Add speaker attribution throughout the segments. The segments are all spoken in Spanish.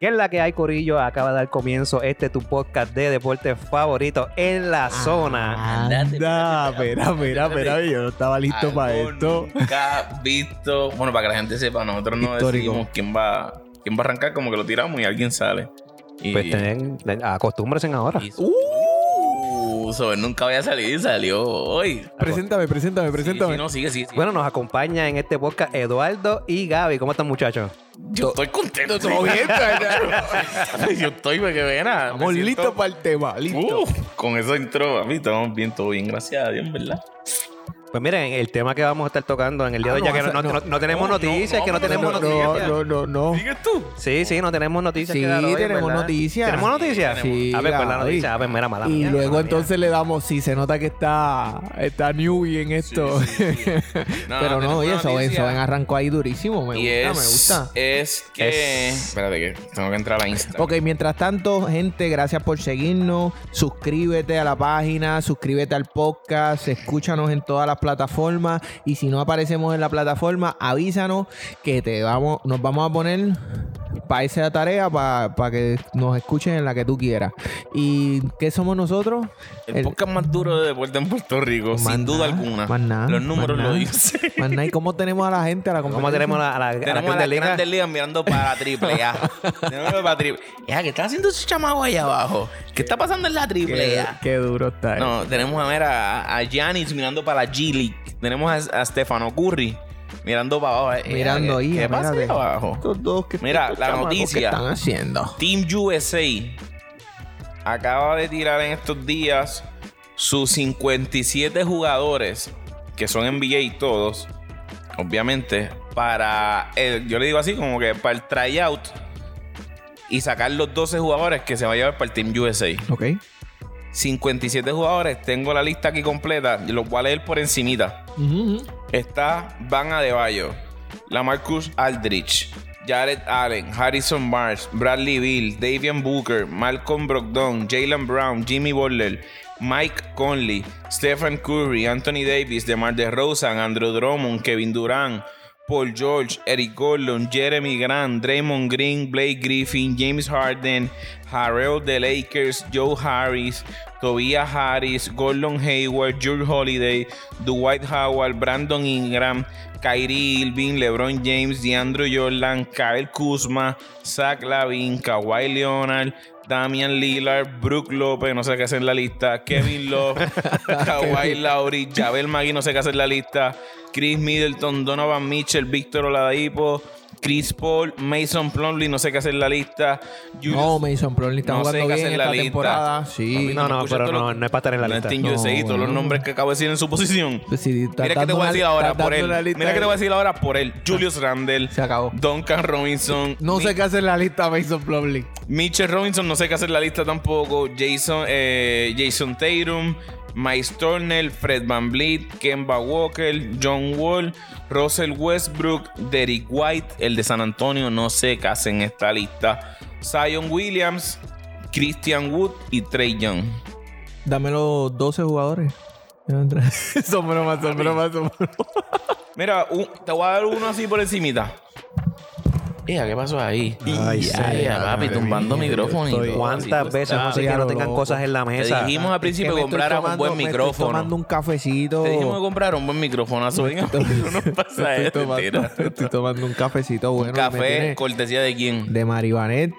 Speaker 1: ¿Qué es la que hay, Corillo? Acaba de dar comienzo este tu podcast de deporte favorito en
Speaker 2: Ah.
Speaker 1: la zona.
Speaker 3: Andate,
Speaker 2: Anda,
Speaker 3: espérate,
Speaker 2: espera, espera, espera, yo no estaba listo
Speaker 3: Algo
Speaker 2: para esto.
Speaker 3: Nunca visto. Bueno, para que la gente sepa, nosotros no
Speaker 2: Histórico.
Speaker 3: decidimos quién va, quién va a arrancar, como que lo tiramos y alguien sale. Y,
Speaker 1: Pues tienen, acostúmbrense ahora.
Speaker 3: y- Uh, sobre nunca voy a salir y salió hoy.
Speaker 2: Preséntame, preséntame,
Speaker 3: Sí,
Speaker 2: preséntame.
Speaker 3: sí, no, sigue, sigue, sigue.
Speaker 1: Bueno, nos acompaña en este podcast Eduardo y Gaby. ¿Cómo están, muchachos?
Speaker 3: yo estoy contento.
Speaker 2: Todo bien, pues,
Speaker 3: yo estoy, pues, que vena.
Speaker 2: Estamos
Speaker 3: Me siento-
Speaker 2: listos para el tema, listo.
Speaker 3: Uf, con eso entró, a mí estamos bien, todo bien, gracias a Dios, ¿verdad?
Speaker 1: Pues miren, el tema que vamos a estar tocando en el día
Speaker 2: Ah,
Speaker 1: de hoy, ya
Speaker 2: no,
Speaker 1: que no,
Speaker 2: o sea,
Speaker 1: no-
Speaker 2: no.
Speaker 1: no- no tenemos
Speaker 3: No, no,
Speaker 1: noticias, que no
Speaker 3: no, no,
Speaker 1: tenemos
Speaker 2: No, no,
Speaker 1: noticias.
Speaker 2: no, no, no.
Speaker 3: ¿Sigues tú?
Speaker 1: Sí, sí, no tenemos noticias.
Speaker 2: Sí,
Speaker 1: que dar hoy,
Speaker 2: tenemos
Speaker 1: ¿verdad?
Speaker 2: noticias.
Speaker 1: ¿Tenemos noticias?
Speaker 2: Sí,
Speaker 1: a ver, ¿cuál es la
Speaker 2: Gaby.
Speaker 1: noticia? A ver, mira, mala
Speaker 2: Y
Speaker 1: mía,
Speaker 2: luego
Speaker 1: mala mía.
Speaker 2: entonces le damos, si se nota que está, está newbie en esto. Pero no, oye, eso, eso arrancó ahí durísimo. Me
Speaker 3: y
Speaker 2: gusta,
Speaker 3: es,
Speaker 2: me gusta.
Speaker 3: Es que.
Speaker 1: Es-
Speaker 3: Espérate, que tengo que entrar a Instagram.
Speaker 2: Ok, mientras tanto, gente, gracias por seguirnos. Suscríbete a la página, suscríbete al podcast, escúchanos en todas las plataformas. Y si no aparecemos en la plataforma, avísanos que te vamos, nos vamos a poner para esa tarea, para que nos escuchen en la que tú quieras. ¿Y qué somos nosotros?
Speaker 3: El,
Speaker 2: el-
Speaker 3: podcast más duro de deporte en Puerto Rico,
Speaker 2: Más
Speaker 3: sin duda
Speaker 2: nada,
Speaker 3: alguna.
Speaker 2: más nada,
Speaker 3: Los números
Speaker 2: más
Speaker 3: lo
Speaker 2: nada.
Speaker 3: dicen.
Speaker 2: Más nada, ¿Y cómo tenemos a la gente a la
Speaker 1: ¿Cómo tenemos la, a la, a la
Speaker 3: Tenemos a
Speaker 1: Grandes
Speaker 3: las
Speaker 1: Ligas?
Speaker 3: grandes ligas mirando para triple A. Tenemos para triple Ya, ¿qué está haciendo ese chamaco allá abajo? ¿Qué está pasando en la triple
Speaker 2: Qué,
Speaker 3: A?
Speaker 2: qué duro está. eso.
Speaker 3: No, tenemos a ver a, a Giannis mirando para la G League. Tenemos a, a Stefano Curry mirando para abajo. Eh,
Speaker 2: Mirando
Speaker 3: ¿qué-
Speaker 2: ahí,
Speaker 3: ¿Qué pasa ahí
Speaker 2: espérate.
Speaker 3: abajo?
Speaker 2: Estos dos que
Speaker 3: Mira,
Speaker 2: estos
Speaker 3: la
Speaker 2: chamacos, ¿qué
Speaker 3: noticia.
Speaker 2: están haciendo?
Speaker 3: Team USA acaba de tirar en estos días sus 57 jugadores, que son NBA todos, obviamente, para, el- yo le digo así, como que para el tryout y sacar los 12 jugadores que se va a llevar para el Team USA.
Speaker 2: Ok.
Speaker 3: 57 jugadores, tengo la lista aquí completa, y los voy a leer por encimita.
Speaker 2: Ujú, ujú.
Speaker 3: Está Van Adebayo, Lamarcus Aldrich, Jared Allen, Harrison Barnes, Bradley Bill, Davian Booker, Malcolm Brogdon, Jalen Brown, Jimmy Butler, Mike Conley, Stephen Curry, Anthony Davis, DeMar DeRozan, Andrew Drummond, Kevin Durant, Paul George, Eric Gordon, Jeremy Grant, Draymond Green, Blake Griffin, James Harden, Harrell de Lakers, Joe Harris, Tobias Harris, Gordon Hayward, George Holiday, Dwight Howard, Brandon Ingram, Kyrie Irving, LeBron James, DeAndre Jordan, Kyle Kuzma, Zach Lavin, Kawhi Leonard, Damian Lillard, Brook López, no sé qué hacer en la lista, Kevin Love, Kawhi Lauri, Javel Magui, no sé qué hacer en la lista, Chris Middleton, Donovan Mitchell, Víctor Oladipo, Chris Paul, Mason Plumlee, no sé qué hacer en la lista, Julius-
Speaker 2: No, Mason Plumlee está
Speaker 3: No sé
Speaker 2: jugando
Speaker 3: qué
Speaker 2: bien
Speaker 3: hacer
Speaker 2: en
Speaker 3: la
Speaker 2: esta
Speaker 3: lista.
Speaker 2: temporada. Sí.
Speaker 1: No, no,
Speaker 3: Escucha
Speaker 1: pero
Speaker 3: todo lo-
Speaker 1: no, no es para estar en la
Speaker 3: No es
Speaker 1: lista.
Speaker 3: Team USA,
Speaker 2: No,
Speaker 3: todos los
Speaker 2: bueno.
Speaker 3: nombres que acabo de decir en su posición.
Speaker 2: Pues sí, está
Speaker 3: Mira que te
Speaker 2: dando
Speaker 3: voy a
Speaker 2: una-
Speaker 3: decir ahora
Speaker 2: está
Speaker 3: por
Speaker 2: dando
Speaker 3: él.
Speaker 2: una lista
Speaker 3: Mira que te
Speaker 2: de-
Speaker 3: voy a decir ahora por él. Julius Randle.
Speaker 2: Se acabó.
Speaker 3: Duncan Robinson.
Speaker 2: No
Speaker 3: Mi-
Speaker 2: sé qué hace en la lista Mason Plumlee.
Speaker 3: Mitchell Robinson, no sé qué hacer en la lista tampoco. Jason, eh, Jason Tatum, Miles Turner, Fred Van Vliet, Kemba Walker, John Wall, Russell Westbrook, Derek White, el de San Antonio, no sé qué hace en esta lista. Zion Williams, Christian Wood y Trey Young.
Speaker 2: Dame los 12 jugadores. son bromas, son bromas, son bromas.
Speaker 3: Mira, un- te voy a dar uno así por encimita. Mira, ¿qué pasó ahí?
Speaker 2: Ay, señora, madre mía, yo estoy-
Speaker 1: ¿Cuántas veces no sé que no
Speaker 2: Claro,
Speaker 1: tengan
Speaker 2: loco.
Speaker 1: cosas en la
Speaker 3: pues. Te
Speaker 1: mesa?
Speaker 3: dijimos al principio
Speaker 2: Es que me
Speaker 3: que
Speaker 2: estoy
Speaker 3: comprara un
Speaker 2: tomando-
Speaker 3: buen
Speaker 2: me Estoy tomando
Speaker 3: micrófono.
Speaker 2: un cafecito.
Speaker 3: Te dijimos que comprara un buen micrófono. Venga, no pasa
Speaker 2: estoy,
Speaker 3: esto.
Speaker 2: tomando,
Speaker 3: mentira.
Speaker 2: estoy tomando un cafecito bueno. que me
Speaker 3: Café,
Speaker 2: tiene
Speaker 3: cortesía de quién?
Speaker 2: de Maribanet,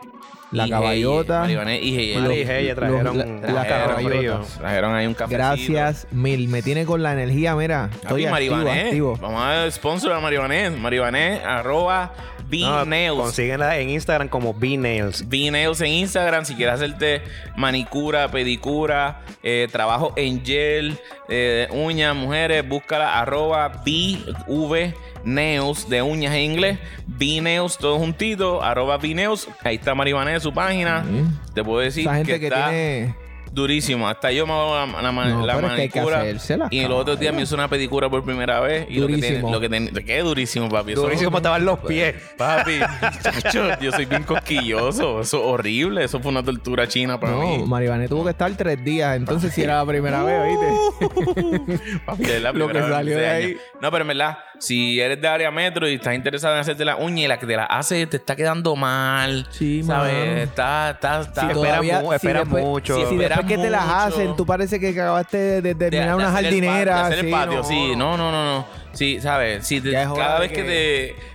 Speaker 2: la
Speaker 3: Y Heye,
Speaker 2: caballota.
Speaker 3: Maribanet y Heye.
Speaker 1: Mari y Heye
Speaker 2: los-
Speaker 1: trajeron
Speaker 2: la-
Speaker 1: unos
Speaker 2: la
Speaker 3: Trajeron,
Speaker 1: caballotas.
Speaker 2: caballota.
Speaker 3: Trajeron ahí un café.
Speaker 2: Gracias mil. Me tiene con la energía, mira. Estoy activo, activo.
Speaker 3: Vamos a ver el sponsor a Maribanet. Maribanet, arroba,
Speaker 1: No,
Speaker 3: B-Nails.
Speaker 1: Consíguenla en Instagram como B-Nails.
Speaker 3: Vineos en Instagram si quieres hacerte manicura, pedicura, eh, trabajo en gel, eh, uñas, mujeres, búscala arroba BV Nails de uñas en inglés, Vineos todo juntito, arroba Vineos, ahí está Maribané su página,
Speaker 2: Sí.
Speaker 3: te puedo decir
Speaker 2: Esa gente
Speaker 3: que,
Speaker 2: que,
Speaker 3: está
Speaker 2: tiene
Speaker 3: durísimo. Hasta yo me hago la, la ma-
Speaker 2: No,
Speaker 3: la
Speaker 2: pero es que hay que
Speaker 3: manicura.
Speaker 2: hacérsela,
Speaker 3: y el otro día me hizo una pedicura por primera vez. Y
Speaker 2: Durísimo.
Speaker 3: lo que tiene, lo que tiene, ¿qué durísimo, papi? Eso-
Speaker 1: Durísimo como estaban los pies.
Speaker 3: Papi, chacho, yo soy bien cosquilloso. Eso es horrible. Eso fue una tortura china para
Speaker 2: No,
Speaker 3: mí.
Speaker 2: Maribane tuvo que estar tres días. Entonces, si era la primera vez, ¿oíste?
Speaker 3: Uh, Papi, es la
Speaker 2: Lo
Speaker 3: primera
Speaker 2: que
Speaker 3: vez en
Speaker 2: salió de
Speaker 3: 16
Speaker 2: ahí.
Speaker 3: años. No, pero en verdad, si eres de área metro y estás interesado en hacerte la uña y la que te la hace te está quedando mal.
Speaker 2: Sí, mano.
Speaker 3: ¿Sabes? Está, está, está.
Speaker 1: Si
Speaker 3: Espera,
Speaker 1: todavía- mu- espera
Speaker 2: después-
Speaker 1: mucho.
Speaker 2: Si, si
Speaker 3: Espera
Speaker 2: después que te las
Speaker 3: mucho.
Speaker 2: hacen, tú parece que acabaste de, de
Speaker 3: de-
Speaker 2: terminar
Speaker 3: de
Speaker 2: una
Speaker 3: hacer el pa-
Speaker 2: jardinera.
Speaker 3: de hacer el
Speaker 2: sí,
Speaker 3: patio, sí. No, no, no, no. Sí, ¿sabes? Sí, te-
Speaker 2: Ya es hora
Speaker 3: cada
Speaker 2: de
Speaker 3: vez que,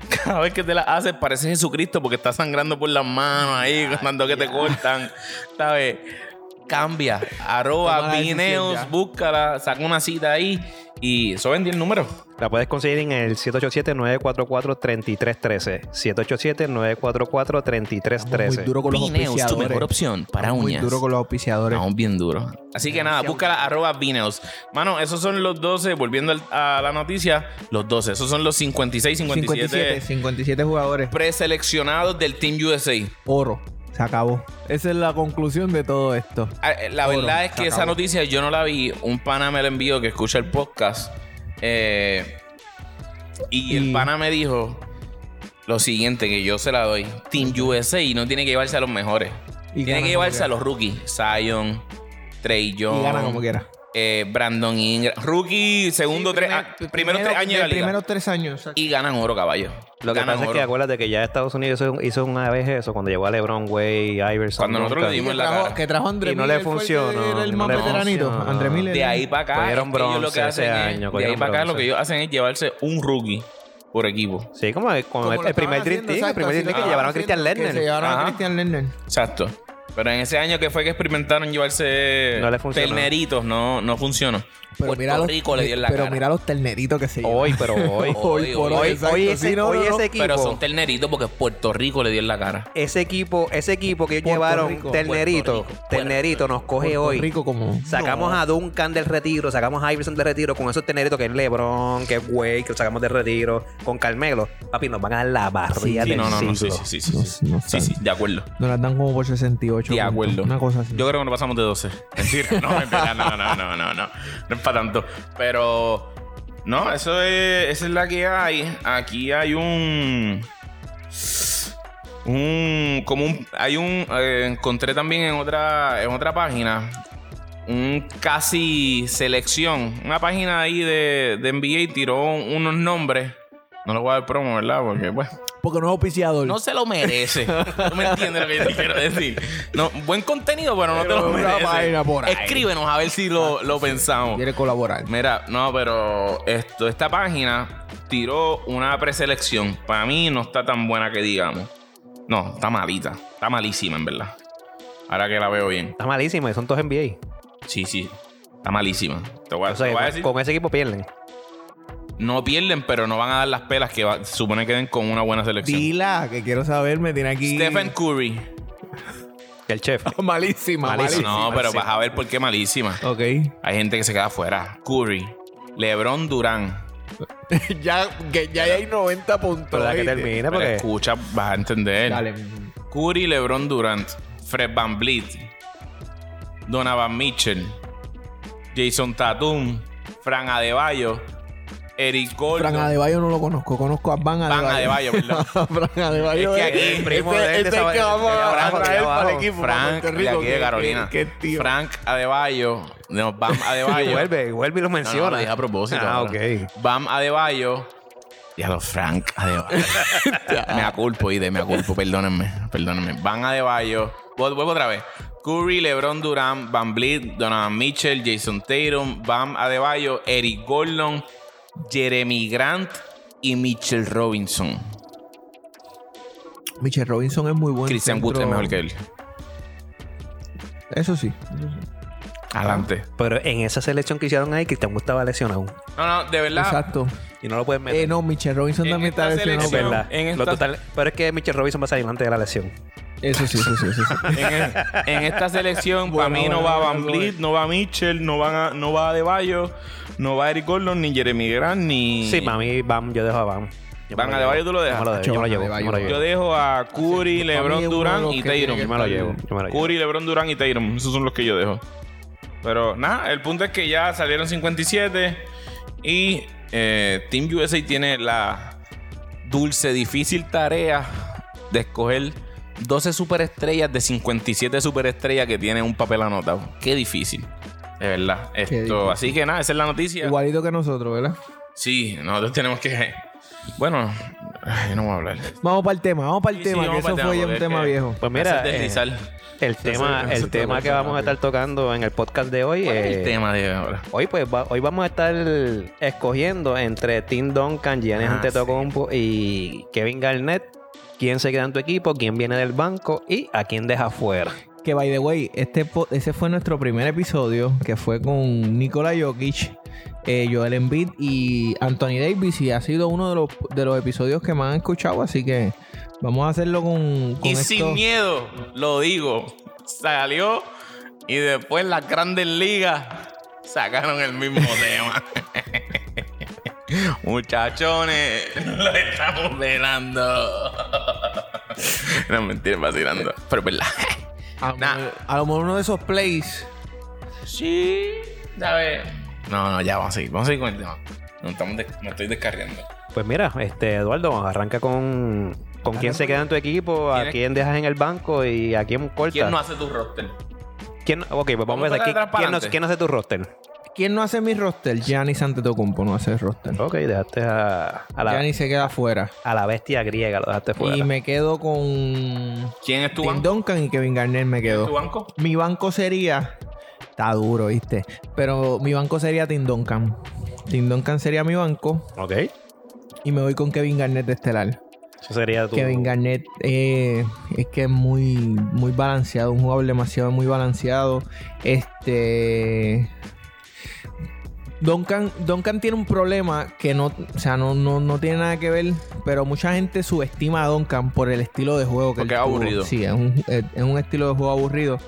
Speaker 3: te... Cada vez que te la haces parece Jesucristo porque está sangrando por las manos ahí cuando que te cortan. ¿Sabes? Cambia.
Speaker 2: Toma
Speaker 3: Arroba
Speaker 2: la decisión ya.
Speaker 3: Vineos, búscala, saca una cita ahí y eso vendí el número.
Speaker 1: La puedes conseguir en el 787-944-3313. 787-944-3313.
Speaker 2: Muy duro con los
Speaker 3: Vineos, tu mejor
Speaker 2: auspiciadores.
Speaker 3: opción para
Speaker 2: Muy
Speaker 3: uñas.
Speaker 2: duro con los auspiciadores.
Speaker 3: Estamos bien duro. Así que nada, búscala arroba Vineos. Mano, esos son los 12, volviendo al- a la noticia, los 12. Esos son los 56,
Speaker 2: 57,
Speaker 3: 57
Speaker 2: 57 jugadores.
Speaker 3: preseleccionados del Team USA.
Speaker 2: Oro. Se acabó. Esa es la conclusión de todo esto.
Speaker 3: Ah, eh, La
Speaker 2: Oro,
Speaker 3: verdad es que
Speaker 2: se
Speaker 3: esa
Speaker 2: acabó.
Speaker 3: noticia yo no la vi. Un pana me la envió que escucha el podcast. eh, y el
Speaker 2: Y-
Speaker 3: pana me dijo lo siguiente, que yo se la doy. Team USA no tiene que llevarse a los mejores.
Speaker 2: Y
Speaker 3: tiene
Speaker 2: gana
Speaker 3: que llevarse
Speaker 2: como
Speaker 3: a los rookies. Zion, Trey
Speaker 2: Y gana como
Speaker 3: Young,
Speaker 2: quiera.
Speaker 3: eh, Brandon Ingram. Rookie, segundo, tres, ah, primeros tres años de la liga.
Speaker 2: Primeros tres años. exacto.
Speaker 3: Y ganan oro, caballo.
Speaker 1: Lo que
Speaker 3: Ganan
Speaker 1: pasa es
Speaker 3: oro.
Speaker 1: que acuérdate que ya Estados Unidos hizo, hizo una vez eso cuando llegó a LeBron, Way, Iverson.
Speaker 3: Cuando nosotros
Speaker 1: Duncan.
Speaker 3: le dimos
Speaker 2: que
Speaker 3: en la
Speaker 2: trajo,
Speaker 3: cara.
Speaker 2: que trajo a André
Speaker 1: Y no le
Speaker 2: Miller, fue el que
Speaker 1: funcionó,
Speaker 2: Era el
Speaker 1: no
Speaker 2: más
Speaker 1: le
Speaker 2: veteranito.
Speaker 1: funcionó.
Speaker 2: André Miller.
Speaker 3: De ahí para acá.
Speaker 1: Cogieron
Speaker 3: es que ellos lo
Speaker 1: bronce
Speaker 3: que hacen
Speaker 1: ese
Speaker 3: es-
Speaker 1: año,
Speaker 3: De ahí
Speaker 1: cogieron
Speaker 3: para acá lo
Speaker 1: bronce.
Speaker 3: que ellos hacen es llevarse un rookie por equipo.
Speaker 1: Sí, como, como
Speaker 2: Como
Speaker 1: el,
Speaker 2: lo
Speaker 1: el primer Dream
Speaker 2: estaban haciendo,
Speaker 1: Team, el
Speaker 2: exacto,
Speaker 1: primer
Speaker 2: así
Speaker 1: Dream Team
Speaker 2: lo
Speaker 1: que llevaron a Christian
Speaker 2: estaban haciendo,
Speaker 1: Lerner.
Speaker 2: que Se llevaron
Speaker 3: Ajá.
Speaker 2: a Christian Lerner.
Speaker 3: Exacto. Pero en ese año que fue que experimentaron llevarse
Speaker 1: No le funcionó.
Speaker 3: terneritos, no, no funcionó.
Speaker 2: Pero
Speaker 3: Puerto
Speaker 2: mira los,
Speaker 3: Rico le dio en la
Speaker 2: pero
Speaker 3: cara.
Speaker 2: mira los terneritos que se llevan.
Speaker 1: Hoy, pero hoy.
Speaker 3: Hoy,
Speaker 2: por
Speaker 3: hoy,
Speaker 2: exacto.
Speaker 1: hoy ese,
Speaker 2: Sí, no,
Speaker 1: hoy
Speaker 2: no, no.
Speaker 1: ese equipo.
Speaker 3: Pero son terneritos porque Puerto Rico le dio en la cara.
Speaker 1: Ese equipo, ese equipo que ellos
Speaker 2: Puerto
Speaker 1: llevaron,
Speaker 2: Rico.
Speaker 1: Ternerito,
Speaker 3: Puerto Rico.
Speaker 1: Ternerito nos coge
Speaker 2: Puerto
Speaker 1: hoy.
Speaker 2: Rico como...
Speaker 1: Sacamos a Duncan del retiro, sacamos a Iverson del retiro con esos Terneritos que es LeBron, que es Wade, que lo sacamos del retiro, con Carmelo. Papi, nos van a dar la barría
Speaker 3: Sí,
Speaker 1: del
Speaker 3: no, no, no. Sí,
Speaker 1: siglo.
Speaker 3: sí, sí. Sí,
Speaker 2: No,
Speaker 3: sí.
Speaker 2: no
Speaker 3: Sí,
Speaker 2: sabe.
Speaker 3: sí, de acuerdo.
Speaker 2: Nos las dan como por 68.
Speaker 3: De
Speaker 2: puntos,
Speaker 3: acuerdo.
Speaker 2: Una cosa así.
Speaker 3: Yo creo que nos pasamos de 12. Mentira, no, mentira, no, no, no, no, no. No es para tanto. Pero, no, eso es, esa es la que hay. Aquí hay un. Un. Como un. Hay un. eh, encontré también en otra. En otra página. Un casi selección. Una página ahí de, de NBA tiró unos nombres. No lo voy a dar promo, ¿verdad? Porque, pues, bueno.
Speaker 2: Porque no es auspiciador.
Speaker 3: No se lo merece. No me entiendes lo que yo te quiero decir. No, buen contenido, pero no te
Speaker 2: Pero
Speaker 3: lo
Speaker 2: una página por ahí.
Speaker 3: merece. Escríbenos a ver si lo, lo pensamos.
Speaker 2: Quiere colaborar.
Speaker 3: Mira, no, pero esto, esta página tiró una preselección. Para mí no está tan buena que digamos. No, está malita. Está malísima, en verdad. Ahora que la veo bien.
Speaker 1: Está malísimo, y son todos NBA.
Speaker 3: Sí, sí. Está malísima. Te voy a,
Speaker 1: O sea,
Speaker 3: te voy a decir.
Speaker 1: con ese equipo pierden.
Speaker 3: No pierden, pero no van a dar las pelas que va- se supone que den con una buena selección.
Speaker 2: Dila, que quiero saber, me tiene aquí...
Speaker 3: Stephen Curry.
Speaker 1: El chef.
Speaker 2: Malísima, malísima.
Speaker 3: no, pero vas a ver por qué malísima.
Speaker 2: Ok.
Speaker 3: Hay gente que se queda afuera. Curry, LeBron Durán.
Speaker 2: ya, que ya hay 90 puntos.
Speaker 1: Pero la que
Speaker 2: ¿oíste?
Speaker 1: termina,
Speaker 3: Pero
Speaker 1: porque.
Speaker 3: escucha, vas a entender.
Speaker 2: Dale.
Speaker 3: Curry, LeBron Durant, Fred Van Donovan Mitchell, Jason Tatum, Fran Adebayo, Eric Gordon.
Speaker 2: Fran Adebayo no lo conozco. Conozco a Van
Speaker 3: Van
Speaker 2: Adebayo.
Speaker 3: Adebayo, perdón.
Speaker 2: Fran Adebayo.
Speaker 3: Es que aquí el primo
Speaker 2: ese-
Speaker 1: de él
Speaker 2: ese
Speaker 1: de
Speaker 2: es
Speaker 1: Saba-
Speaker 2: que vamos
Speaker 1: de
Speaker 2: a
Speaker 1: abajo, de
Speaker 2: traer para el
Speaker 1: abajo.
Speaker 2: equipo. para
Speaker 3: Frank,
Speaker 2: Puerto
Speaker 3: de
Speaker 2: Rico,
Speaker 3: aquí
Speaker 2: que-
Speaker 3: de Carolina.
Speaker 2: que- que tío.
Speaker 3: Frank Adebayo, no, Bam
Speaker 1: Y
Speaker 3: Adebayo.
Speaker 1: vuelve, y vuelve y lo
Speaker 3: No,
Speaker 1: menciona.
Speaker 3: no, lo dije a propósito.
Speaker 1: Ah,
Speaker 3: ahora.
Speaker 1: ok.
Speaker 3: Bam Adebayo. Diablo, Frank Adebayo. me aculpo, Ide, me aculpo. Perdónenme, perdónenme. Bam Adebayo. Vuel- Vuelvo otra vez. Curry, LeBron Durán, Van Blit, Donovan Mitchell, Jason Tatum, Bam Adebayo, Eric Gordon, Jeremy Grant y Mitchell Robinson.
Speaker 2: Michelle Robinson es muy bueno.
Speaker 3: Christian Wood es mejor que él.
Speaker 2: Eso sí.
Speaker 3: Adelante.
Speaker 1: Pero en esa selección que hicieron ahí, Cristian Wood estaba lesionado.
Speaker 3: No, no, de verdad.
Speaker 2: Exacto.
Speaker 1: Y no lo pueden meter.
Speaker 2: Eh, no, Michelle Robinson
Speaker 3: En
Speaker 2: también está
Speaker 3: esta
Speaker 2: lesionado.
Speaker 1: Es
Speaker 3: selección-
Speaker 1: verdad.
Speaker 3: en
Speaker 1: Lo
Speaker 3: esta-
Speaker 1: total- Pero es que Mitchell Robinson va a salir antes de la lesión.
Speaker 2: Eso sí, eso sí, eso sí.
Speaker 3: En, e- en esta selección,
Speaker 2: Buena,
Speaker 3: para mí no
Speaker 2: buena,
Speaker 3: va
Speaker 2: buena,
Speaker 3: Van
Speaker 2: buena.
Speaker 3: Blit, no va Mitchell, no, van a- no va Adebayo, no va Eric Gordon, ni Jeremy Grant, ni.
Speaker 1: Sí, para mí, Bam, yo dejo a Bam. Yo
Speaker 3: Van
Speaker 1: me
Speaker 3: Adebayo,
Speaker 1: llevo.
Speaker 3: tú lo dejas.
Speaker 1: Yo me lo, dejo, yo me lo
Speaker 2: Van
Speaker 1: llevo.
Speaker 2: Adebayo.
Speaker 1: yo me lo
Speaker 3: Yo
Speaker 1: llevo.
Speaker 3: dejo a
Speaker 2: Ah,
Speaker 3: Curry,
Speaker 2: Para mí es
Speaker 3: LeBron
Speaker 2: uno de
Speaker 3: Durán
Speaker 2: los
Speaker 3: y
Speaker 2: que tiene
Speaker 3: Tatum.
Speaker 2: que
Speaker 1: Yo me lo llevo. Yo me lo llevo.
Speaker 3: Curry, LeBron Durán y Tatum. Esos son los que yo dejo. Pero nada, el punto es que ya salieron 57 y eh, Team USA tiene la dulce, difícil tarea de escoger 12 superestrellas de 57 superestrellas que tienen un papel anotado. Qué difícil. De verdad. Esto,
Speaker 2: difícil.
Speaker 3: así que nada, esa es la noticia.
Speaker 2: Igualito que nosotros, ¿verdad?
Speaker 3: Sí, nosotros tenemos que. Bueno, ay, no voy a hablar.
Speaker 2: Vamos para el tema, vamos para el
Speaker 3: Sí, sí,
Speaker 2: tema,
Speaker 3: vamos
Speaker 2: que
Speaker 3: para
Speaker 2: eso
Speaker 3: el
Speaker 2: fue ya
Speaker 3: porque
Speaker 2: un
Speaker 3: es
Speaker 2: tema
Speaker 3: que-
Speaker 2: viejo.
Speaker 1: Pues mira,
Speaker 3: Hacer
Speaker 1: eh,
Speaker 3: deslizar.
Speaker 1: el tema,
Speaker 3: eso
Speaker 1: el
Speaker 3: te
Speaker 1: tema
Speaker 3: gusta
Speaker 1: que vamos a
Speaker 3: rápido.
Speaker 1: estar tocando en el podcast de hoy
Speaker 3: ¿Cuál es el
Speaker 1: eh,
Speaker 3: tema de ahora?
Speaker 1: Hoy pues va- hoy vamos a estar escogiendo entre Tim Duncan, Giannis
Speaker 3: Ah,
Speaker 1: Antetokounmpo y Kevin Garnett quién se queda en tu equipo, quién viene del banco y a quién deja fuera.
Speaker 2: Que by the way, este po- ese fue nuestro primer episodio, que fue con Nikola Jokic, eh, Joel Embiid y Anthony Davis, y ha sido uno de los, de los episodios que más han escuchado, así que vamos a hacerlo con, con
Speaker 3: Y
Speaker 2: esto.
Speaker 3: sin miedo, lo digo. Salió y después las grandes ligas sacaron el mismo tema. Muchachones, lo estamos velando. no mentira, vacilando. Pero es verdad.
Speaker 2: a, lo
Speaker 3: Nah.
Speaker 2: mejor- a lo mejor uno de esos plays.
Speaker 3: Sí, a ver. No, no, ya vamos a seguir. Vamos a seguir con el tema. No, estamos des- me estoy descarriando.
Speaker 1: Pues mira, este Eduardo, arranca con con quién se queda en tu equipo, a
Speaker 3: ¿Quién es-
Speaker 1: quién dejas en el banco y a quién cortas.
Speaker 3: ¿Quién no hace tu roster?
Speaker 1: ¿Quién- ok, pues vamos
Speaker 3: Vamos
Speaker 1: a
Speaker 3: a
Speaker 1: empezar.
Speaker 3: darle atrás
Speaker 1: ¿Quién,
Speaker 3: para
Speaker 1: quién no,
Speaker 3: adelante.
Speaker 1: quién no hace tu roster?
Speaker 2: ¿Quién no hace mi roster? Giannis Antetokounmpo no hace el roster.
Speaker 1: Ok, dejaste a, a la,
Speaker 2: Giannis se queda fuera.
Speaker 1: a la bestia griega, lo dejaste fuera.
Speaker 2: Y me quedo con
Speaker 3: ¿Quién es tu
Speaker 2: Tim
Speaker 3: banco?
Speaker 2: Duncan y Kevin Garnett me quedo.
Speaker 3: ¿Tu banco?
Speaker 2: Mi banco sería. Está duro, viste. Pero mi banco sería Tim Duncan. Tim Duncan sería mi banco.
Speaker 1: Ok,
Speaker 2: Y me voy con Kevin Garnett de Estelar.
Speaker 1: eso sería tu...
Speaker 2: Kevin Garnett eh, es que es muy, muy balanceado. Un jugador demasiado muy balanceado. Este. Duncan, Duncan tiene un problema que no, o sea, no, no, no tiene nada que ver, pero mucha gente subestima a Duncan por el estilo de juego que
Speaker 3: Porque
Speaker 2: él
Speaker 3: es
Speaker 2: tuvo.
Speaker 3: aburrido.
Speaker 2: Sí, es un, es- es un estilo de juego aburrido.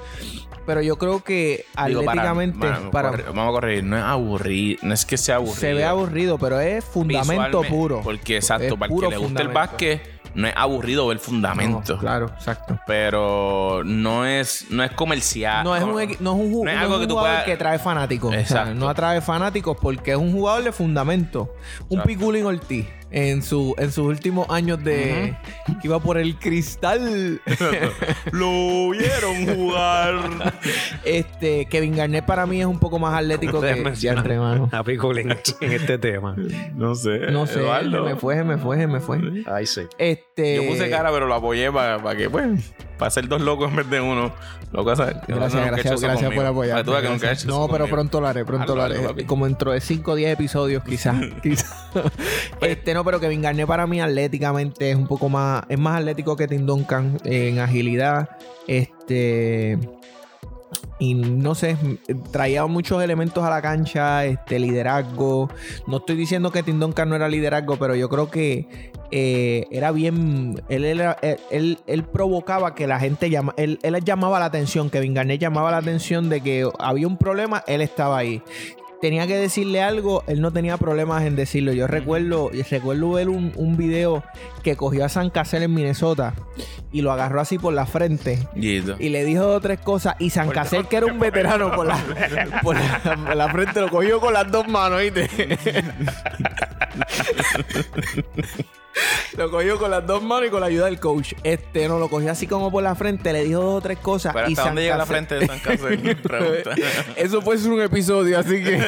Speaker 2: Pero yo creo que
Speaker 3: Digo, para-
Speaker 2: atléticamente
Speaker 3: para-
Speaker 2: para-
Speaker 3: corre- vamos a corregir, no es aburrido, no es que sea aburrido.
Speaker 2: se ve aburrido, pero es fundamento
Speaker 3: Visualme-
Speaker 2: puro.
Speaker 3: Porque exacto,
Speaker 2: Es
Speaker 3: para el que
Speaker 2: puro
Speaker 3: le gusta el
Speaker 2: fundamento.
Speaker 3: básquet, no es aburrido ver fundamento.
Speaker 2: No, claro, exacto.
Speaker 3: Pero no es, no es comercial.
Speaker 2: No es, un, equi- no es un ju-
Speaker 3: No es
Speaker 2: no
Speaker 3: algo
Speaker 2: es un
Speaker 3: que tú
Speaker 2: jugador
Speaker 3: puedas-
Speaker 2: que trae fanáticos. O sea,
Speaker 3: Exacto.
Speaker 2: no atrae fanáticos porque es un jugador de fundamento. Un
Speaker 3: Exacto.
Speaker 2: Piculín Ortiz en, su, en sus últimos años de... Que iba por el cristal.
Speaker 3: Lo vieron jugar.
Speaker 2: este Kevin Garnett para mí es un poco más atlético
Speaker 1: Ustedes
Speaker 2: que...
Speaker 1: mencionaron
Speaker 2: Diantre, mano.
Speaker 1: a Piculín en este tema.
Speaker 3: no sé.
Speaker 2: No sé,
Speaker 3: Eduardo.
Speaker 2: se me fue, se me fue, se me fue.
Speaker 1: Ay, sí.
Speaker 2: Este...
Speaker 3: Yo puse cara, pero lo apoyé para que, pues, para ser dos locos en vez de uno. Loco, ¿sabes?
Speaker 2: Gracias, gracias, gracias por apoyar. No, pero pronto lo haré, pronto lo
Speaker 3: Hazlo, hazlo,
Speaker 2: haré.
Speaker 3: papi.
Speaker 2: Como dentro de 5 o 10 episodios, quizás. quizás. este no, pero Kevin Garnett para mí atléticamente es un poco más. Es más atlético que Tim Duncan eh, en agilidad. Este. Y no sé, traía muchos elementos a la cancha, este liderazgo. No estoy diciendo que Tim Duncan no era liderazgo, pero yo creo que eh, era bien. Él, era- él, él- él provocaba que la gente llama, él, él llamaba la atención, Kevin Garnett llamaba la atención de que había un problema, él estaba ahí. Tenía que decirle algo, él no tenía problemas en decirlo. Yo recuerdo, recuerdo ver un, un video que cogió a San Cassell en Minnesota y lo agarró así por la frente
Speaker 3: Yito.
Speaker 2: y le dijo dos o tres cosas. Y San Casel, que era un veterano, por la, por la, por la frente lo cogió con las dos manos, ¿viste? lo cogió con las dos manos y con la ayuda del coach. Este no lo cogió así como por la frente, le dijo dos o tres cosas.
Speaker 3: Pero
Speaker 2: y
Speaker 3: hasta
Speaker 2: San
Speaker 3: dónde llega la
Speaker 2: Cassell-
Speaker 3: frente de San Casel? Pregunta.
Speaker 2: Eso puede ser un episodio, así que.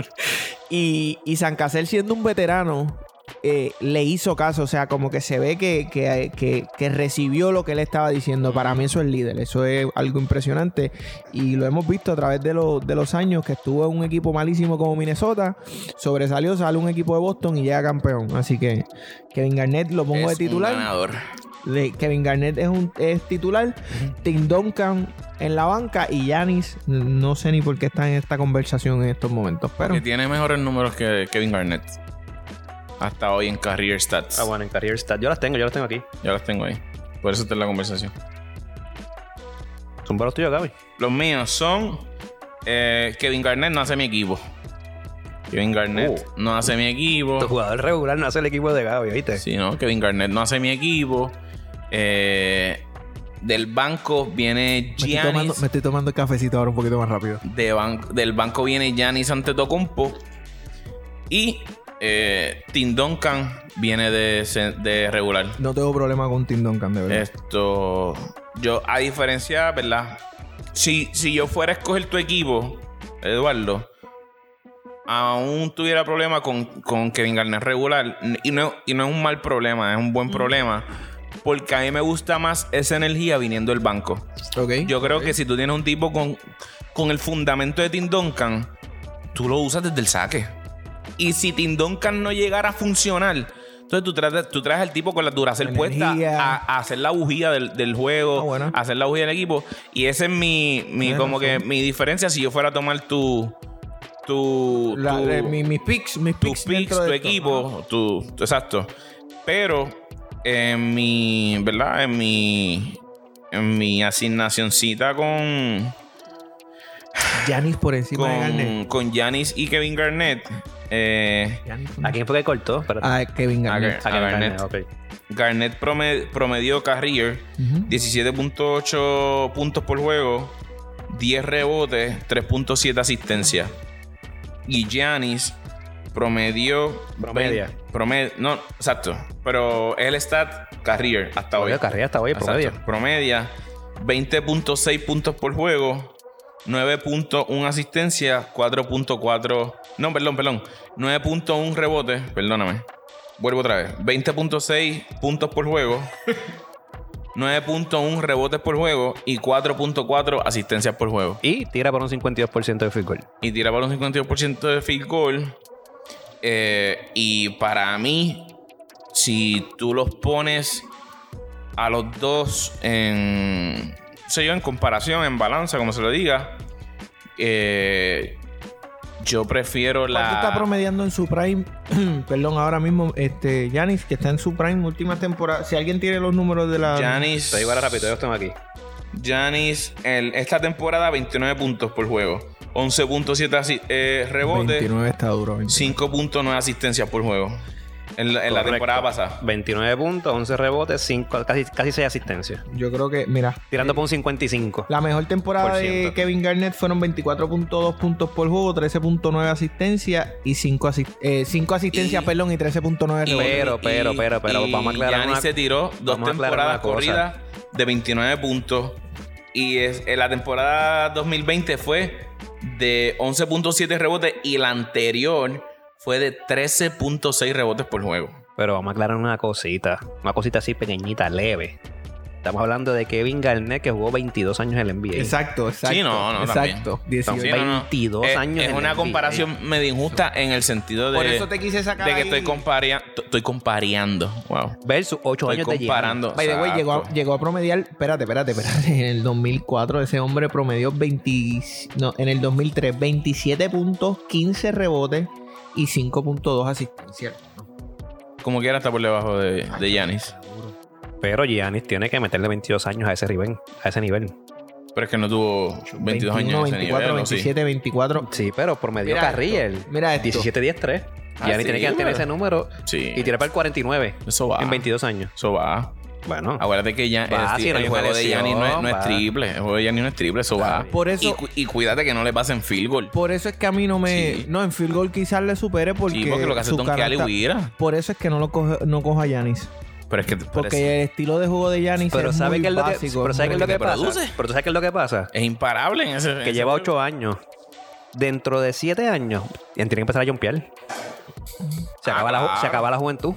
Speaker 2: y, y San Casel, siendo un veterano, eh, le hizo caso. O sea, como que se ve que, que- que- que recibió lo que él estaba diciendo. Para mí, eso es líder. Eso es algo impresionante. Y lo hemos visto a través de, lo- de los años que estuvo en un equipo malísimo como Minnesota. Sobresalió, sale un equipo de Boston y llega campeón. Así que Kevin Garnett lo pongo
Speaker 3: Es
Speaker 2: de
Speaker 3: un
Speaker 2: titular
Speaker 3: ganador.
Speaker 2: de Kevin Garnett es un es titular, Tim Duncan en la banca y Yanis no sé ni por qué está en esta conversación en estos momentos, pero
Speaker 3: Que tiene mejores números que Kevin Garnett. Hasta hoy en Career Stats.
Speaker 1: Ah, bueno, en Career Stat. Yo las tengo, yo las tengo aquí.
Speaker 3: Ya las tengo ahí. Por eso está en la conversación.
Speaker 1: Son los tuyos, Gaby.
Speaker 3: Los míos son. eh, Kevin Garnett no hace mi equipo. Kevin Garnett
Speaker 1: Oh.
Speaker 3: no hace mi
Speaker 1: Tu
Speaker 3: equipo.
Speaker 1: jugador regular no hace el equipo de Gaby, ¿viste?
Speaker 3: Sí, no, Kevin Garnett no hace mi equipo. Eh, Del banco viene
Speaker 2: Me estoy, tomando,
Speaker 3: Giannis.
Speaker 2: me estoy tomando el cafecito ahora un poquito más rápido.
Speaker 3: de ban- del banco viene Giannis Antetokounmpo y eh, Tim Duncan viene de, cen- de regular.
Speaker 2: No tengo problema con Tim Duncan, de verdad.
Speaker 3: Esto, yo a diferencia, ¿verdad? Si, si yo fuera a escoger tu equipo, Eduardo, aún tuviera problema con, con Kevin Garnett regular. Y no, y no es un mal problema, es un buen problema. Porque a mí me gusta más esa energía viniendo del banco.
Speaker 2: ok.
Speaker 3: Yo creo que si tú tienes un tipo con, con el fundamento de Tim Duncan, tú lo usas desde el saque. Y si Tim Duncan no llegara a funcionar, entonces tú traes, tú traes al tipo con la duracel
Speaker 2: Energía.
Speaker 3: puesta a, a hacer la bujía del, del juego,
Speaker 2: Ah, bueno.
Speaker 3: a hacer la bujía del equipo. Y esa es mi, mi-
Speaker 2: Tienes
Speaker 3: como que
Speaker 2: razón.
Speaker 3: mi diferencia si yo fuera a tomar tu. tu,
Speaker 2: La-
Speaker 3: tu-
Speaker 2: de- mi- mis picks, mis
Speaker 3: tus
Speaker 2: picks,
Speaker 3: picks,
Speaker 2: dentro
Speaker 3: tu
Speaker 2: de esto.
Speaker 3: equipo, tu, tu- exacto. Pero en mi, ¿verdad? En mi en mi asignacioncita con
Speaker 2: Ajá. Giannis por encima de Garnett.
Speaker 3: con con Giannis y Kevin Garnett, eh,
Speaker 2: Giannis por-
Speaker 1: ¿A quién fue que cortó? Espérate.
Speaker 2: Ah, Kevin Garnett.
Speaker 1: A
Speaker 3: a
Speaker 1: Garnett.
Speaker 3: Garnett. Garnett prome- promedió career 17.8 puntos por juego, 10 rebotes, 3.7 asistencias. Y Giannis promedió.
Speaker 1: Promedia.
Speaker 3: Promedio. No, exacto. Pero el stat career hasta hoy.
Speaker 1: Oye, carrera hasta hoy,
Speaker 3: Exacto.
Speaker 1: promedio.
Speaker 3: Promedia 20.6 puntos por juego, 9.1 asistencia, 4.4. No, perdón, perdón. 9.1 rebote, perdóname. Vuelvo otra vez. 20.6 puntos por juego, 9.1 rebotes por juego y 4.4 asistencias por juego.
Speaker 1: Y tira por un 52% de field goal.
Speaker 3: Y tira para un 52% de field goal. Eh, y para mí, si tú los pones a los dos en. no sé yo, en comparación, en balanza, como se lo diga. eh, yo prefiero la.
Speaker 2: ¿Cuánto está promediando en su prime? Perdón, ahora mismo, este, Giannis, que está en su prime última temporada. Si alguien tiene los números de la...
Speaker 3: Giannis-
Speaker 1: Te digo ahora rápido, yo los tengo aquí.
Speaker 3: Giannis, el- esta temporada 29 puntos por juego. 11.7 asi- eh, rebotes,
Speaker 2: 29 está duro. 29.
Speaker 3: 5.9 asistencias por juego. En la, en la
Speaker 1: Correcto.
Speaker 3: temporada pasada.
Speaker 1: 29 puntos, 11 rebotes, cinco- casi, casi 6 asistencias.
Speaker 2: Yo creo que, mira,
Speaker 1: Tirando por un 55.
Speaker 2: La mejor temporada
Speaker 1: Por
Speaker 2: de
Speaker 1: ciento.
Speaker 2: Kevin Garnett fueron 24.2 puntos por juego, 13.9 asistencia y 5, asistencias,
Speaker 3: Y-
Speaker 2: perdón, y 13.9
Speaker 3: Y-
Speaker 2: rebotes.
Speaker 1: Pero, pero, pero, pero, vamos a aclarar
Speaker 3: Giannis
Speaker 1: una-
Speaker 3: se tiró dos
Speaker 1: vamos a aclarar
Speaker 3: temporadas
Speaker 1: una cosa.
Speaker 3: corridas de 29 puntos. Y es, en la temporada 2020 fue de 11.7 rebotes y la anterior fue de 13.6 rebotes por juego.
Speaker 1: Pero vamos a aclarar una cosita. Una cosita así pequeñita, leve. Estamos hablando de Kevin Garnett que jugó 22 años en el NBA.
Speaker 2: Exacto, exacto.
Speaker 3: Sí, no, no,
Speaker 2: exacto.
Speaker 3: también.
Speaker 2: 18.
Speaker 3: Sí, no, no.
Speaker 1: 22
Speaker 3: Es-
Speaker 1: años
Speaker 3: Eh, Es
Speaker 1: en
Speaker 3: una
Speaker 1: el
Speaker 3: comparación medio injusta en el sentido de,
Speaker 2: Por eso te quise sacar
Speaker 3: de que
Speaker 2: ahí.
Speaker 3: estoy, comparia- t- estoy comparando. Wow.
Speaker 1: Versus 8
Speaker 3: Estoy
Speaker 1: años de
Speaker 3: comparando.
Speaker 2: By the way, llegó a,
Speaker 3: Exacto.
Speaker 2: llegó a promediar, espérate, espérate, espérate, en el 2004 ese hombre promedió 20, no, en el 2003 27 puntos, 15 rebotes y 5.2 asistencias.
Speaker 3: Como quiera está por debajo de, de
Speaker 1: Giannis.
Speaker 3: Giannis.
Speaker 1: Pero Giannis tiene que meterle 22 años a ese nivel. A ese nivel.
Speaker 3: Pero es que no tuvo 22 años en
Speaker 2: 24,
Speaker 3: ese nivel, ¿o sí?
Speaker 2: 27, 24.
Speaker 1: Sí, pero por medio
Speaker 2: Mira
Speaker 1: carril.
Speaker 2: esto, mira esto.
Speaker 1: 17-10-3.
Speaker 3: Ah,
Speaker 1: Giannis
Speaker 3: sí,
Speaker 1: tiene que mantener
Speaker 3: pero-
Speaker 1: ese número
Speaker 3: Sí.
Speaker 1: y tirar para el 49
Speaker 3: Eso va.
Speaker 1: en 22 años.
Speaker 3: Eso va.
Speaker 1: Bueno,
Speaker 2: Ah,
Speaker 3: Acuérdate que ya
Speaker 1: Va,
Speaker 3: el,
Speaker 1: si no
Speaker 3: el
Speaker 1: hay
Speaker 3: juego
Speaker 1: una
Speaker 3: de
Speaker 1: lesión,
Speaker 3: Gianni no, es, no
Speaker 1: va.
Speaker 3: es triple. El juego de Gianni no es triple, eso va.
Speaker 2: Por eso-
Speaker 3: y, cu- y cuídate que no le pasen field goal.
Speaker 2: Por eso es que a mí no me.
Speaker 3: Sí.
Speaker 2: No, en field goal quizás le supere porque.
Speaker 3: Sí, porque lo que hace
Speaker 2: su
Speaker 3: es donkear y
Speaker 2: canasta-
Speaker 3: huir.
Speaker 2: Por eso es que no lo coge, no cojo a Yanis.
Speaker 3: Pero es que pero
Speaker 2: Porque
Speaker 3: es,
Speaker 2: el estilo de juego de Yanis
Speaker 1: pero
Speaker 2: es
Speaker 1: ¿sabes
Speaker 2: muy
Speaker 1: qué es lo que,
Speaker 2: básico.
Speaker 1: pero ¿sabes qué es
Speaker 3: muy
Speaker 1: lo que
Speaker 3: reproduce.
Speaker 1: pasa? Pero ¿sabes qué es lo que pasa?
Speaker 3: es imparable en ese. en
Speaker 1: Que
Speaker 3: ese
Speaker 1: lleva
Speaker 3: juego.
Speaker 1: 8 años. Dentro de 7 años, ya tiene que empezar a jumpear. Se
Speaker 3: Ah,
Speaker 1: acaba, la, ju-
Speaker 3: claro.
Speaker 1: se acaba la juventud.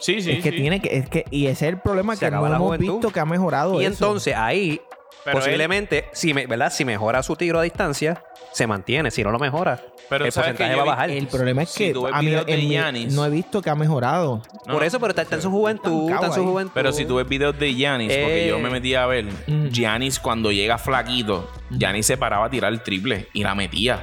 Speaker 3: Sí, sí.
Speaker 2: es que
Speaker 3: sí.
Speaker 2: tiene que, es que, y ese es el problema
Speaker 1: Se
Speaker 2: que no
Speaker 1: acaba la
Speaker 2: hemos
Speaker 1: juventud.
Speaker 2: visto que ha mejorado.
Speaker 1: Y
Speaker 2: eso.
Speaker 1: entonces ahí,
Speaker 3: Pero
Speaker 1: posiblemente, si, me- ¿verdad? si mejora su tiro a distancia, se mantiene. Si no lo mejora,
Speaker 3: Pero
Speaker 1: el
Speaker 3: ¿sabes que
Speaker 1: porcentaje
Speaker 3: yo
Speaker 1: va a
Speaker 3: vi-
Speaker 1: bajar.
Speaker 2: el problema es
Speaker 3: Si
Speaker 2: que
Speaker 3: tú ves
Speaker 2: a mí
Speaker 3: videos de
Speaker 2: en mi-
Speaker 3: Giannis-
Speaker 2: no he visto que ha mejorado.
Speaker 3: No,
Speaker 1: Por eso, pero está, está en su juventud,
Speaker 2: Está
Speaker 1: está en su
Speaker 2: ahí.
Speaker 1: juventud.
Speaker 3: Pero si tú ves videos de Giannis, porque
Speaker 1: Eh.
Speaker 3: yo me metí a ver,
Speaker 2: Mm.
Speaker 3: Giannis cuando llega flaquito, Giannis se paraba a tirar el triple y la metía.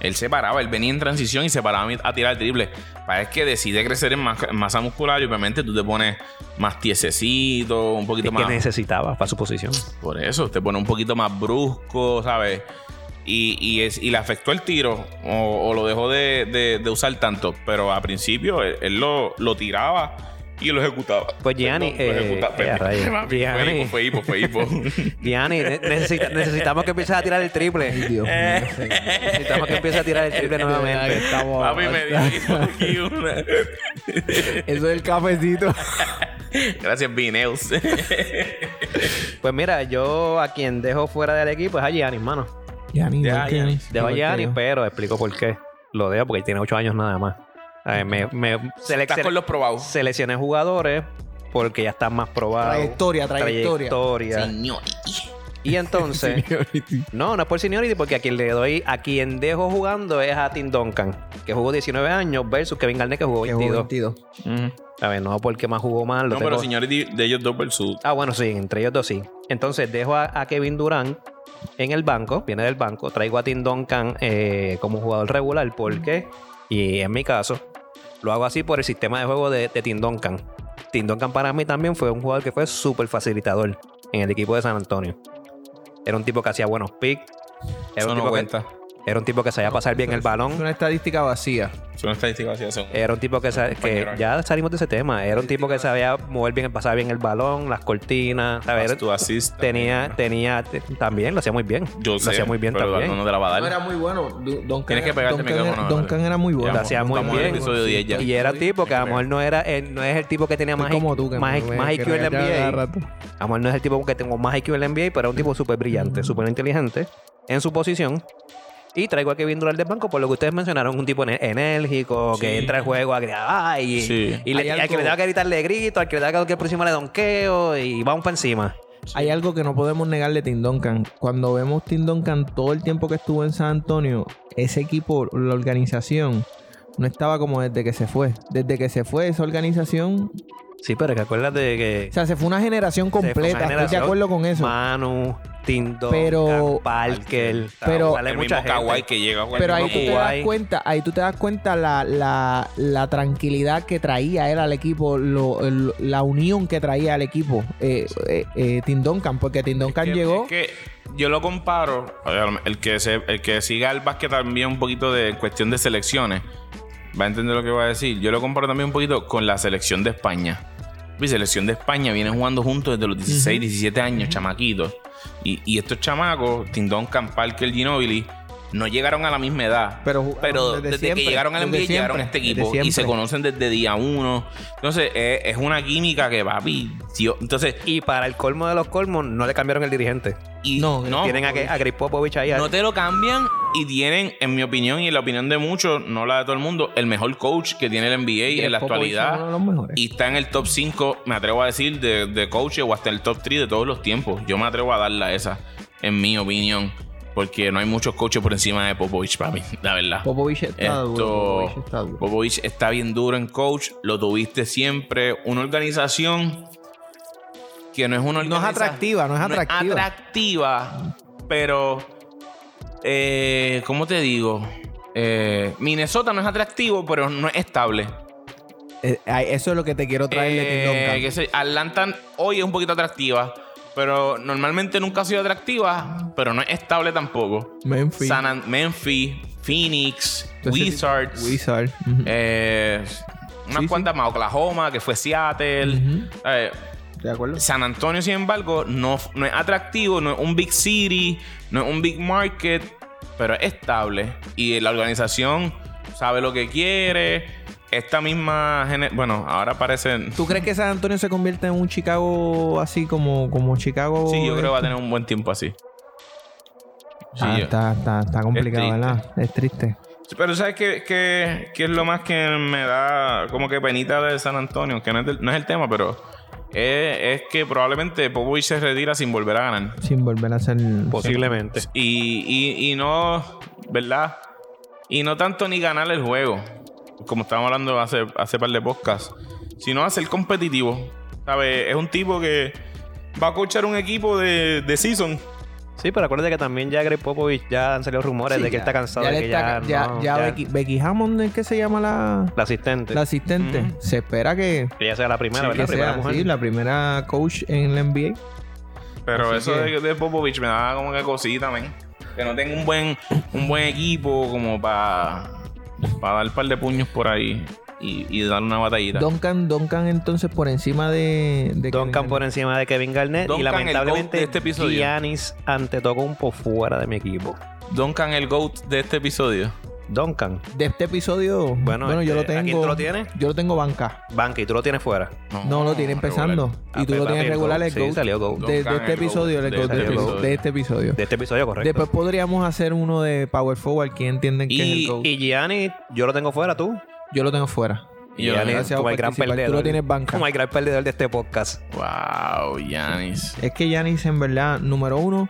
Speaker 3: Él se paraba, él venía en transición y se paraba a tirar el triple. Parece que decide crecer en mas- masa muscular y obviamente tú te pones más tiesecito, un poquito
Speaker 1: Es
Speaker 3: más...
Speaker 1: que necesitaba para su posición.
Speaker 3: Por eso, te pone un poquito más brusco, ¿sabes? Y, y, es, y le afectó el tiro o, o lo dejó de, de- de usar tanto. Pero al principio él, él lo, lo tiraba y lo ejecutaba.
Speaker 1: Pues Gianni,
Speaker 3: Perdón, lo
Speaker 1: eh,
Speaker 3: ejecuta-
Speaker 1: eh, a rayos.
Speaker 3: Mami,
Speaker 1: Gianni.
Speaker 3: Fue hipo, fue hipo, fue hipo.
Speaker 1: Diani, ne- necesita- necesitamos que empieces a tirar el triple.
Speaker 2: Dios mío, señor.
Speaker 1: Necesitamos que empieces a tirar el triple nuevamente.
Speaker 2: Estamos-
Speaker 3: Papi, me dio hipo aquí una.
Speaker 2: Eso es el cafecito.
Speaker 3: Gracias, Vineus.
Speaker 1: Este Pues mira, yo a quien dejo fuera del equipo es a Gianni, mano.
Speaker 2: Yanni,
Speaker 3: Ya,
Speaker 2: igual que-
Speaker 3: Yanni.
Speaker 1: Dejo a
Speaker 2: igual que
Speaker 1: Gianni,
Speaker 2: yo.
Speaker 1: pero explico por qué. Lo dejo porque tiene 8 años nada más. A ver, me, me selec-
Speaker 3: Estás con los probados.
Speaker 1: seleccioné jugadores porque ya están más probados.
Speaker 2: Trayectoria, trayectoria.
Speaker 1: Trayectoria.
Speaker 3: Señor.
Speaker 1: Y entonces, no, no es por seniority, porque a quien le doy, a quien dejo jugando es a Tim Duncan, que jugó 19 años, versus Kevin Garnett, que jugó
Speaker 2: Que jugó
Speaker 1: 22.
Speaker 2: 22.
Speaker 1: A ver, no, porque más jugó mal. lo
Speaker 3: No, pero
Speaker 1: tengo-
Speaker 3: señores di- de ellos dos versus.
Speaker 1: Ah, bueno, sí, entre ellos dos sí. Entonces dejo a, a Kevin Durant en el banco, viene del banco, traigo a Tim Duncan eh, como jugador regular, porque, y en mi caso, lo hago así por el sistema de juego de, de Tim Duncan. Tim Duncan para mí también fue un jugador que fue súper facilitador en el equipo de San Antonio. Era un tipo que hacía buenos picks. Era,
Speaker 3: Eso
Speaker 1: un
Speaker 3: no
Speaker 1: tipo que-
Speaker 3: cuenta.
Speaker 1: era un tipo que sabía pasar bien el
Speaker 2: Es
Speaker 1: balón.
Speaker 2: una estadística vacía.
Speaker 3: Es una estadística así. Son...
Speaker 1: Era un tipo que, sa- que
Speaker 3: Compañero.
Speaker 1: ya salimos de ese tema. Era un tipo que sabía mover bien, pasar bien el balón, las cortinas. ¿sabes?
Speaker 3: Haz tu assist.
Speaker 1: Tenía, tenía, te- también lo hacía muy bien.
Speaker 3: Yo
Speaker 1: lo
Speaker 3: sé.
Speaker 1: hacía muy bien
Speaker 3: pero
Speaker 1: también.
Speaker 3: Eduardo no te la va a
Speaker 2: No,
Speaker 3: dar.
Speaker 2: era muy bueno. Du- Duncan
Speaker 3: Tienes que
Speaker 2: era-
Speaker 3: pegarte el
Speaker 2: Duncan
Speaker 3: micrófono,
Speaker 2: era-
Speaker 3: dale.
Speaker 2: Duncan era muy bueno.
Speaker 1: Lo hacía muy
Speaker 3: Estamos en el
Speaker 1: bien.
Speaker 3: episodio 10 ya.
Speaker 1: Y era tipo que a lo mejor no era, el- no es el tipo que tenía más,
Speaker 2: Estoy como tú, que
Speaker 1: más,
Speaker 2: me-
Speaker 1: más
Speaker 2: que
Speaker 1: IQ en la
Speaker 2: regañaba cada
Speaker 1: NBA.
Speaker 2: rato.
Speaker 1: A lo mejor no es el tipo que tengo más IQ en la NBA, pero era un tipo súper brillante,
Speaker 2: Mm.
Speaker 1: súper inteligente en su posición. Y traigo a Kevin Durant del banco, por lo que ustedes mencionaron, un tipo ené- enérgico, que
Speaker 3: Sí.
Speaker 1: entra al juego a gritar, ay, y-
Speaker 3: Sí.
Speaker 1: y le-
Speaker 2: Hay
Speaker 1: al que
Speaker 2: algo-
Speaker 1: le da que gritar le grito, al que le da que por encima le donqueo, y vamos para encima.
Speaker 2: Hay algo que no podemos negarle a Tim Duncan. Cuando vemos Tim Duncan todo el tiempo que estuvo en San Antonio, ese equipo, la organización, no estaba como desde que se fue. Desde que se fue esa organización,
Speaker 1: Sí, pero es que acuérdate que
Speaker 2: o sea, se fue una generación completa. Estoy
Speaker 1: generación.
Speaker 2: de acuerdo con eso.
Speaker 1: Manu, Tindo,
Speaker 2: Pero-
Speaker 1: Parker,
Speaker 2: pero-
Speaker 1: sale
Speaker 3: el
Speaker 1: mucha
Speaker 3: mismo
Speaker 1: gente.
Speaker 3: Kawhi que llega a jugar.
Speaker 2: Pero
Speaker 3: el
Speaker 2: ahí
Speaker 3: mismo
Speaker 2: tú te
Speaker 3: Kawhi.
Speaker 1: Kuwait.
Speaker 2: das cuenta, ahí tú te das cuenta la, la- la tranquilidad que traía él al equipo, lo- el- la unión que traía al equipo eh, eh, eh, Tim Duncan, porque Tim Duncan
Speaker 3: que-
Speaker 2: llegó.
Speaker 3: es que yo lo comparo, a ver, el que, se, el que siga el básquet también un poquito de en cuestión de selecciones, va a entender lo que voy a decir. Yo lo comparo también un poquito con la selección de España. Mi selección de España viene jugando juntos desde los 16, 17 años, chamaquitos. Y, y estos chamacos, Tindón, Parker, Ginobili, no llegaron a la misma edad.
Speaker 2: Pero jugaron
Speaker 3: Pero
Speaker 2: desde
Speaker 3: desde,
Speaker 2: siempre,
Speaker 3: que llegaron al
Speaker 2: desde
Speaker 3: NBA llegaron
Speaker 2: siempre,
Speaker 3: a este
Speaker 2: desde
Speaker 3: equipo y se
Speaker 2: siempre.
Speaker 3: conocen desde día uno. Entonces, es, es una química que, papi, tío. Entonces,
Speaker 1: Y para el colmo de los colmos, no le cambiaron el dirigente.
Speaker 3: y,
Speaker 2: No,
Speaker 1: Tienen a, que- a Greg Popovich ahí.
Speaker 3: No te lo cambian y tienen, en mi opinión y en la opinión de muchos, no la de todo el mundo, el mejor coach que tiene el NBA en la
Speaker 2: Greg Popovich era uno de
Speaker 3: actualidad.
Speaker 2: los mejores.
Speaker 3: Y está en el top 5, me atrevo a decir, de, de coaches o hasta el top 3 de todos los tiempos. Yo me atrevo a darla esa, en mi opinión. Porque no hay muchos coaches por encima de Popovich, para mí, la verdad.
Speaker 2: Popovich está duro.
Speaker 3: Esto,
Speaker 2: Popovich está duro.
Speaker 3: Popovich está bien duro en coach, lo tuviste siempre. Una organización que no es una
Speaker 2: No es
Speaker 3: organiza-
Speaker 2: atractiva, no es atractiva.
Speaker 3: atractiva, pero eh, ¿cómo te digo? Eh, Minnesota no es atractivo, pero no es estable.
Speaker 2: Eh, ay, eso es lo que te quiero traer de Tim
Speaker 3: Eh,
Speaker 2: Duncan.
Speaker 3: qué sé, Atlanta hoy es un poquito atractiva, pero normalmente nunca ha sido atractiva, pero no es estable tampoco.
Speaker 2: Memphis.
Speaker 3: San An- Memphis, Phoenix,
Speaker 2: Entonces,
Speaker 3: Wizards.
Speaker 2: Wizards. ujú.
Speaker 3: Eh, unas
Speaker 2: Sí,
Speaker 3: cuantas más, Oklahoma, que fue Seattle.
Speaker 2: Ujú.
Speaker 3: Eh,
Speaker 2: ¿De acuerdo?
Speaker 3: San Antonio, sin embargo, no, no es atractivo, no es un big city, no es un big market, pero es estable. Y la organización sabe lo que quiere. Esta misma. gene- Bueno, ahora parecen.
Speaker 2: ¿Tú crees que San Antonio se convierte en un Chicago así como, como Chicago? Eh,
Speaker 3: Sí, yo creo que va a tener un buen tiempo así. Sí,
Speaker 2: Oh, este. Ah,
Speaker 3: yo-
Speaker 2: está, está, está complicado,
Speaker 3: Es triste.
Speaker 2: ¿verdad? Es triste.
Speaker 3: Pero ¿sabes qué, qué- qué es lo más que me da como que penita de San Antonio? Que no es, del- no es el tema, pero es, es que probablemente Popovich se retira sin volver a ganar.
Speaker 2: Sin volver a ser.
Speaker 1: Pues Posiblemente.
Speaker 3: Y, y- y no, ¿verdad? Y no tanto ni ganar el juego, como estábamos hablando hace, hace par de podcasts, sino a ser competitivo. ¿Sabes? Es un tipo que va a coachar un equipo de, de season.
Speaker 1: Sí, pero acuérdate que también ya Greg Popovich ya han salido rumores
Speaker 2: Sí,
Speaker 1: de que
Speaker 2: ya.
Speaker 1: él está cansado
Speaker 2: Ya
Speaker 1: de
Speaker 2: le
Speaker 1: que
Speaker 2: está-
Speaker 1: ya,
Speaker 2: ya-
Speaker 1: no,
Speaker 2: ya
Speaker 1: ya
Speaker 2: Becky, Becky Hammond, ¿es que se llama la,
Speaker 1: la asistente.
Speaker 2: la asistente?
Speaker 3: Ujú.
Speaker 2: Se espera que,
Speaker 1: Que ya sea la primera,
Speaker 3: Sí,
Speaker 1: ¿verdad?
Speaker 2: que
Speaker 1: La primera
Speaker 2: sea
Speaker 1: mujer.
Speaker 2: sí, la primera coach en la NBA.
Speaker 3: Pero
Speaker 2: Así
Speaker 3: eso
Speaker 2: que-
Speaker 3: de, de Popovich me da como que cosita, men. Que no tenga un buen, un buen equipo como para dar un par de puños por ahí. y, y dar una batallita.
Speaker 2: Duncan, Duncan entonces por encima de, de
Speaker 1: Duncan
Speaker 2: Kevin
Speaker 1: por encima de Kevin Garnett
Speaker 3: Duncan,
Speaker 1: y
Speaker 3: el
Speaker 1: lamentablemente
Speaker 3: GOAT de este episodio.
Speaker 1: Giannis Antetokounmpo fuera de mi equipo.
Speaker 3: Duncan, el GOAT de este episodio.
Speaker 1: Duncan,
Speaker 2: Garnett. De este episodio,
Speaker 1: Bueno,
Speaker 2: bueno, yo lo
Speaker 1: este,
Speaker 2: tengo.
Speaker 1: ¿a quién tú lo tienes?
Speaker 2: Yo lo tengo banca.
Speaker 1: Banca, y tú lo tienes fuera.
Speaker 2: No, lo tiene empezando.
Speaker 3: regular.
Speaker 1: Ah,
Speaker 2: Y tú
Speaker 1: pues,
Speaker 2: lo
Speaker 1: papi,
Speaker 2: tienes
Speaker 1: el
Speaker 2: regular
Speaker 1: GOAT.
Speaker 2: el
Speaker 1: Sí,
Speaker 2: GOAT.
Speaker 1: salió GOAT.
Speaker 2: De, de
Speaker 3: Duncan,
Speaker 2: este
Speaker 3: el
Speaker 2: episodio,
Speaker 3: GOAT
Speaker 2: el
Speaker 3: de
Speaker 2: GOAT
Speaker 1: este
Speaker 2: de,
Speaker 1: episodio.
Speaker 2: de este episodio.
Speaker 1: De este episodio, correcto.
Speaker 2: Después podríamos hacer uno de Power Forward. ¿Quién entienden que es
Speaker 3: Y-
Speaker 2: el GOAT?
Speaker 1: y Giannis, yo lo tengo fuera, tú.
Speaker 2: Yo lo tengo fuera.
Speaker 3: Y yo,
Speaker 1: Giannis,
Speaker 2: gracias
Speaker 1: como
Speaker 2: por
Speaker 1: el gran
Speaker 2: participar. Tú
Speaker 1: perdedor.
Speaker 2: lo tienes banca.
Speaker 1: Como el gran perdedor de este podcast.
Speaker 3: Wow, Giannis.
Speaker 2: Es que Yanis, en verdad, número uno,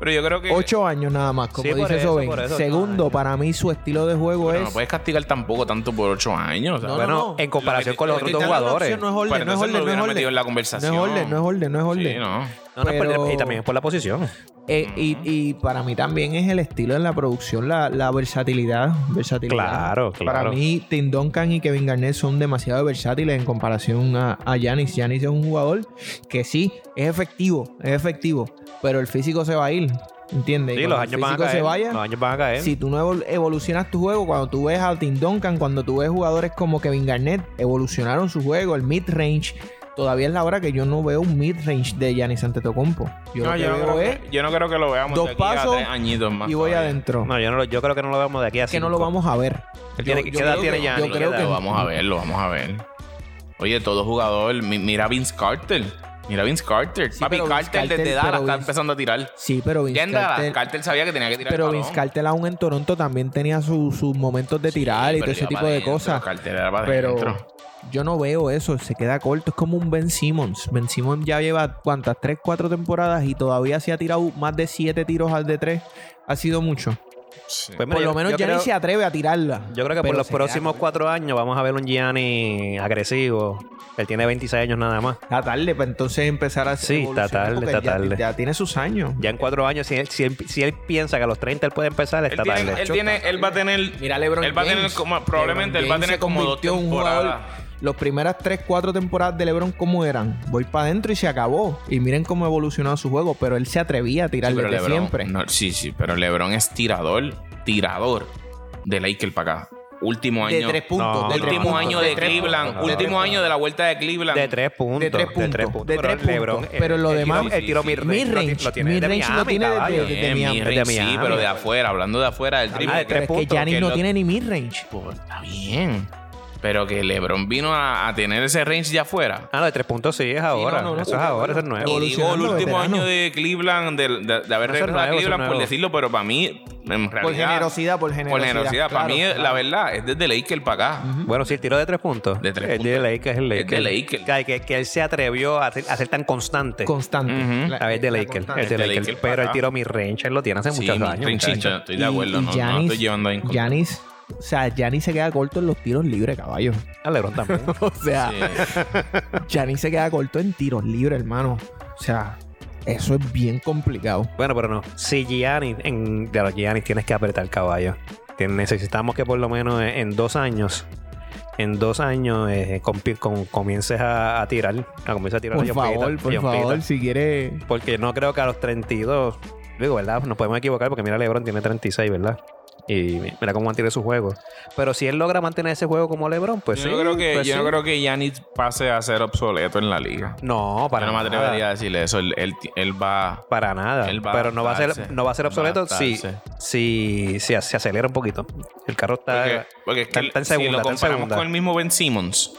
Speaker 3: Pero yo creo que.
Speaker 2: ocho años nada más, como
Speaker 1: Sí, por
Speaker 2: dice
Speaker 1: eso,
Speaker 2: Soben.
Speaker 1: por eso,
Speaker 2: Segundo,
Speaker 1: ocho
Speaker 2: para mí su estilo de juego
Speaker 3: Pero
Speaker 2: es.
Speaker 3: no puedes castigar tampoco tanto por ocho años. o sea,
Speaker 2: No,
Speaker 1: bueno,
Speaker 2: no, no.
Speaker 1: en comparación
Speaker 3: Lo que-
Speaker 1: con los
Speaker 3: lo que
Speaker 1: otros
Speaker 3: te
Speaker 1: dos
Speaker 3: dan la
Speaker 1: jugadores.
Speaker 2: No es orden,
Speaker 3: Pero
Speaker 2: no es
Speaker 3: entonces
Speaker 2: orden,
Speaker 3: lo
Speaker 2: no es
Speaker 3: hubieran metido
Speaker 2: orden.
Speaker 3: en
Speaker 2: No
Speaker 3: la
Speaker 2: es
Speaker 3: conversación.
Speaker 2: orden, no es orden, no es orden.
Speaker 3: Sí, no.
Speaker 1: No, Mm. no, es por-
Speaker 2: pero-
Speaker 1: y también es por la posición.
Speaker 2: Eh, y, y para mí también es el estilo en la producción, la, la versatilidad, versatilidad.
Speaker 1: Claro, claro.
Speaker 2: Para mí, Tim Duncan y Kevin Garnett son demasiado versátiles en comparación a Yanis. Yanis es un jugador que sí, es efectivo, es efectivo, pero el físico se va a ir, ¿entiendes? Y
Speaker 1: Sí, los
Speaker 2: cuando
Speaker 1: años
Speaker 2: el
Speaker 1: van a
Speaker 2: físico
Speaker 1: caer.
Speaker 2: se vaya,
Speaker 1: los años van a caer.
Speaker 2: si tú no evol- evolucionas tu juego, cuando tú ves a Tim Duncan, cuando tú ves jugadores como Kevin Garnett, evolucionaron su juego, el mid-range. Todavía es la hora que yo no veo un mid-range de Giannis Antetokounmpo. Yo
Speaker 3: No,
Speaker 2: lo que
Speaker 3: yo no,
Speaker 2: veo es
Speaker 3: creo que, yo no creo que lo veamos
Speaker 2: dos
Speaker 3: de aquí a
Speaker 2: pasos
Speaker 3: tres añitos más.
Speaker 2: y voy
Speaker 3: todavía.
Speaker 2: adentro.
Speaker 1: No, yo, no lo- yo creo que no lo vemos de aquí a
Speaker 2: que no
Speaker 1: cinco.
Speaker 2: lo vamos a ver.
Speaker 1: Él tiene
Speaker 2: Yo-
Speaker 1: que-
Speaker 2: yo
Speaker 1: ¿Qué edad
Speaker 2: creo
Speaker 1: tiene
Speaker 2: que-
Speaker 1: Giannis?
Speaker 2: yo
Speaker 1: ¿Qué
Speaker 2: creo
Speaker 1: edad?
Speaker 2: que-
Speaker 3: Lo vamos a ver, lo vamos a ver. Oye, todo jugador. mi- Mira a Vince Carter. Mira a Vince Carter.
Speaker 2: Sí,
Speaker 3: Papi,
Speaker 2: pero Vince
Speaker 3: Carter
Speaker 2: Carter,
Speaker 3: desde Dallas
Speaker 2: pero
Speaker 3: está
Speaker 2: Vince-
Speaker 3: empezando a tirar.
Speaker 2: Sí, pero
Speaker 3: Ya
Speaker 2: Vince
Speaker 3: en Dallas,
Speaker 2: Carter,
Speaker 3: Carter sabía que tenía que tirar el
Speaker 2: pero
Speaker 3: balón.
Speaker 2: Vince Carter aún en Toronto también tenía su- sus momentos de tirar y
Speaker 3: Pero
Speaker 2: todo ese
Speaker 3: iba
Speaker 2: tipo
Speaker 3: para
Speaker 2: de
Speaker 3: adentro,
Speaker 2: cosas.
Speaker 3: Carter era para
Speaker 2: Pero
Speaker 3: adentro.
Speaker 2: yo no veo eso, se queda corto. Es como un Ben Simmons. Ben Simmons ya lleva cuántas, tres, cuatro temporadas y todavía se ha tirado más de siete tiros al de tres. Ha sido mucho.
Speaker 3: Sí.
Speaker 1: Pues mira,
Speaker 2: Por
Speaker 1: yo-
Speaker 2: lo menos
Speaker 1: yo
Speaker 2: ya
Speaker 1: creo-
Speaker 2: ni se atreve a tirarla.
Speaker 1: Yo creo que por
Speaker 2: Pero
Speaker 1: los
Speaker 2: se queda
Speaker 1: próximos
Speaker 2: corto.
Speaker 1: cuatro años vamos a ver un Gianni agresivo. Él tiene 26 años nada más.
Speaker 2: Está tarde para entonces empezar a
Speaker 1: Sí, está
Speaker 2: evolucionar,
Speaker 1: tarde,
Speaker 2: porque
Speaker 1: está
Speaker 2: ya-
Speaker 1: tarde.
Speaker 2: Ya tiene sus años.
Speaker 1: Ya en cuatro años, si él, si él- si él piensa que a los 30 él puede empezar,
Speaker 3: Él
Speaker 1: está
Speaker 3: tiene-
Speaker 1: tarde.
Speaker 3: Él, tiene, él va a tener.
Speaker 2: Mira, LeBron
Speaker 3: Él va a tener
Speaker 2: James.
Speaker 3: como- probablemente
Speaker 2: LeBron
Speaker 3: él va a
Speaker 2: James
Speaker 3: tener
Speaker 2: se
Speaker 3: como dos
Speaker 2: convirtió en un
Speaker 3: temporadas.
Speaker 2: Los primeras 3, 4 temporadas de LeBron, ¿cómo eran? Voy para adentro y se acabó. Y miren cómo ha evolucionado su juego, pero él se atrevía a tirar
Speaker 3: Sí, pero
Speaker 2: desde
Speaker 3: LeBron-
Speaker 2: siempre.
Speaker 3: no, sí, sí, pero LeBron es tirador, tirador de Laker para acá. Último
Speaker 2: de
Speaker 3: año.
Speaker 2: 3 puntos.
Speaker 1: No,
Speaker 2: de tres
Speaker 3: último
Speaker 2: puntos,
Speaker 3: año de
Speaker 2: tres
Speaker 3: Cleveland.
Speaker 1: puntos, de
Speaker 3: último año de la vuelta de Cleveland.
Speaker 1: De tres puntos.
Speaker 2: de tres puntos, de
Speaker 1: Pero
Speaker 2: tres puntos.
Speaker 1: LeBron, el-
Speaker 2: Pero lo
Speaker 1: el
Speaker 2: demás-
Speaker 1: tiro- el tiro mid
Speaker 2: Mid-range,
Speaker 1: range lo tiene de
Speaker 2: mid-range lo
Speaker 1: Miami,
Speaker 2: tiene de-
Speaker 1: caballo.
Speaker 2: de-
Speaker 3: Eh,
Speaker 2: de Miami,
Speaker 3: mid-range,
Speaker 1: de
Speaker 3: Sí,
Speaker 1: Miami.
Speaker 3: pero de afuera, hablando de afuera del triple.
Speaker 1: Ah, de
Speaker 2: Pero
Speaker 1: tres
Speaker 2: es que
Speaker 1: puntos,
Speaker 2: Giannis
Speaker 3: que
Speaker 2: no
Speaker 3: lo-
Speaker 2: tiene ni mid-range.
Speaker 3: Pues, está bien. Pero que LeBron vino a, a tener ese range ya afuera.
Speaker 1: Ah, no, de tres puntos sí es ahora.
Speaker 2: no, no,
Speaker 1: eso es
Speaker 2: no,
Speaker 1: ahora,
Speaker 2: no,
Speaker 1: eso es nuevo.
Speaker 3: Y digo el
Speaker 2: Evolucionando,
Speaker 3: último
Speaker 2: veterano.
Speaker 3: año de Cleveland, de, de- de haber
Speaker 1: No, eso es
Speaker 3: regresado a
Speaker 1: nuevo, eso es
Speaker 3: Cleveland, por
Speaker 1: nuevo.
Speaker 3: decirlo, pero para mí, en realidad.
Speaker 2: Por generosidad, por generosidad.
Speaker 3: Por generosidad. Para
Speaker 2: claro,
Speaker 3: mí,
Speaker 2: claro.
Speaker 3: la verdad, es desde Laker para acá.
Speaker 1: Bueno, sí, el tiro de tres puntos.
Speaker 3: De tres
Speaker 1: el
Speaker 3: puntos.
Speaker 1: de Lakers es el
Speaker 3: Es
Speaker 1: Lakers.
Speaker 3: de Lakers.
Speaker 1: Claro, que, que él se atrevió a ser, a ser tan constante.
Speaker 2: Constante.
Speaker 3: Ujú.
Speaker 2: La-
Speaker 1: a ver, de
Speaker 2: la
Speaker 1: Lakers.
Speaker 2: constante.
Speaker 1: El de
Speaker 3: Es de
Speaker 1: Lakers.
Speaker 3: Lakers
Speaker 1: pero
Speaker 3: para
Speaker 1: el tiro mi range él lo tiene hace
Speaker 3: Sí,
Speaker 1: muchos años.
Speaker 3: Mitch
Speaker 1: muchacho.
Speaker 3: Richards, estoy de acuerdo.
Speaker 2: Y- y
Speaker 3: no, no
Speaker 2: Giannis-
Speaker 3: estoy llevando en contra.
Speaker 2: Giannis, o sea, Giannis se queda corto en los tiros libres, caballo.
Speaker 1: A LeBron también.
Speaker 2: O sea, Giannis se queda corto en tiros libres, hermano. O sea, eso es bien complicado.
Speaker 1: Bueno, pero no. Si Gianni, en, de los Gianni tienes que apretar el caballo. Tien- necesitamos que por lo menos en, en dos años, en dos años eh, compi- com- comiences a, a tirar. A comiences a tirar
Speaker 2: Por
Speaker 1: la
Speaker 2: favor,
Speaker 1: yompita,
Speaker 2: por
Speaker 1: yompita.
Speaker 2: favor, si quiere.
Speaker 1: Porque no creo que a los 32, digo, ¿verdad? Nos podemos equivocar porque mira, LeBron tiene 36, ¿verdad? Y mira cómo mantiene su juego. Pero si él logra mantener ese juego como LeBron, pues sí.
Speaker 3: yo no creo que,
Speaker 1: pues
Speaker 3: yo
Speaker 1: sí.
Speaker 3: no creo que Giannis pase a ser obsoleto en la liga.
Speaker 1: No, para
Speaker 3: yo no me
Speaker 1: nada.
Speaker 3: atrevería a decirle eso. Él, él- él va.
Speaker 1: Para nada.
Speaker 3: Él va a
Speaker 1: Pero no va a ser,
Speaker 3: adaptarse.
Speaker 1: no va a ser
Speaker 3: Va a
Speaker 1: obsoleto si,
Speaker 3: adaptarse.
Speaker 1: si, si se acelera un poquito. El carro está.
Speaker 3: Porque, porque es que
Speaker 1: está- está en
Speaker 3: si
Speaker 1: segunda,
Speaker 3: lo
Speaker 1: está en
Speaker 3: comparamos
Speaker 1: segunda.
Speaker 3: con el mismo Ben Simmons,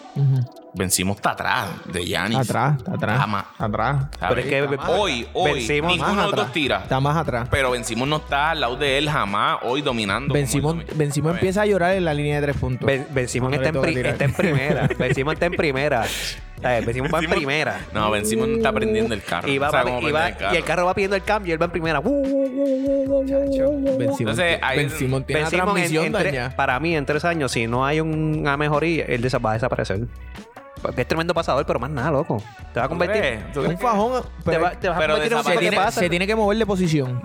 Speaker 3: Ben Simmons está atrás de Giannis.
Speaker 2: Atrás, está atrás.
Speaker 3: Ama.
Speaker 2: Atrás.
Speaker 3: ¿sabes?
Speaker 1: Pero es que-
Speaker 3: hoy, hoy,
Speaker 1: Ben Simmons-
Speaker 3: ninguno de los dos tira.
Speaker 2: Está más atrás.
Speaker 3: Pero Ben Simmons no está al lado de él jamás hoy dominando.
Speaker 2: Ben
Speaker 3: como
Speaker 2: Simon,
Speaker 3: él domina.
Speaker 2: Ben Simon
Speaker 3: A ver,
Speaker 2: empieza a llorar en la línea de tres puntos.
Speaker 1: Ben, Ben Simmons
Speaker 2: No le
Speaker 1: está, en
Speaker 2: toca
Speaker 1: pri-
Speaker 2: tirar.
Speaker 1: está en primera. Ben Simmons está en primera. O sea, Ben Simmons va en
Speaker 3: Simmons-
Speaker 1: primera.
Speaker 3: No, Ben Simmons no está prendiendo el carro.
Speaker 1: Y, va,
Speaker 3: No sabe
Speaker 1: va-
Speaker 3: cómo
Speaker 1: y, va-
Speaker 3: prender el carro.
Speaker 1: y el carro va pidiendo el cambio y él va en primera. Uh, uh, uh, uh, uh, uh, uh.
Speaker 2: Ben Simon
Speaker 3: Entonces, ahí-
Speaker 2: ben Simon tiene
Speaker 1: Ben
Speaker 2: la
Speaker 1: Simmons en-
Speaker 2: transmisión
Speaker 1: en tres-
Speaker 2: dañada.
Speaker 1: para mí, en tres años, si no hay una mejoría, él desa- va a desaparecer. que es tremendo pasador, pero más nada, loco. Te va a convertir.
Speaker 3: crees? ¿Tú
Speaker 2: Un fajón.
Speaker 1: Te
Speaker 2: Pero
Speaker 1: va, te vas
Speaker 3: Pero
Speaker 1: a convertir en un
Speaker 2: se,
Speaker 1: tipo que
Speaker 3: desaparece.
Speaker 2: tiene,
Speaker 1: pasa.
Speaker 2: se tiene que mover de posición.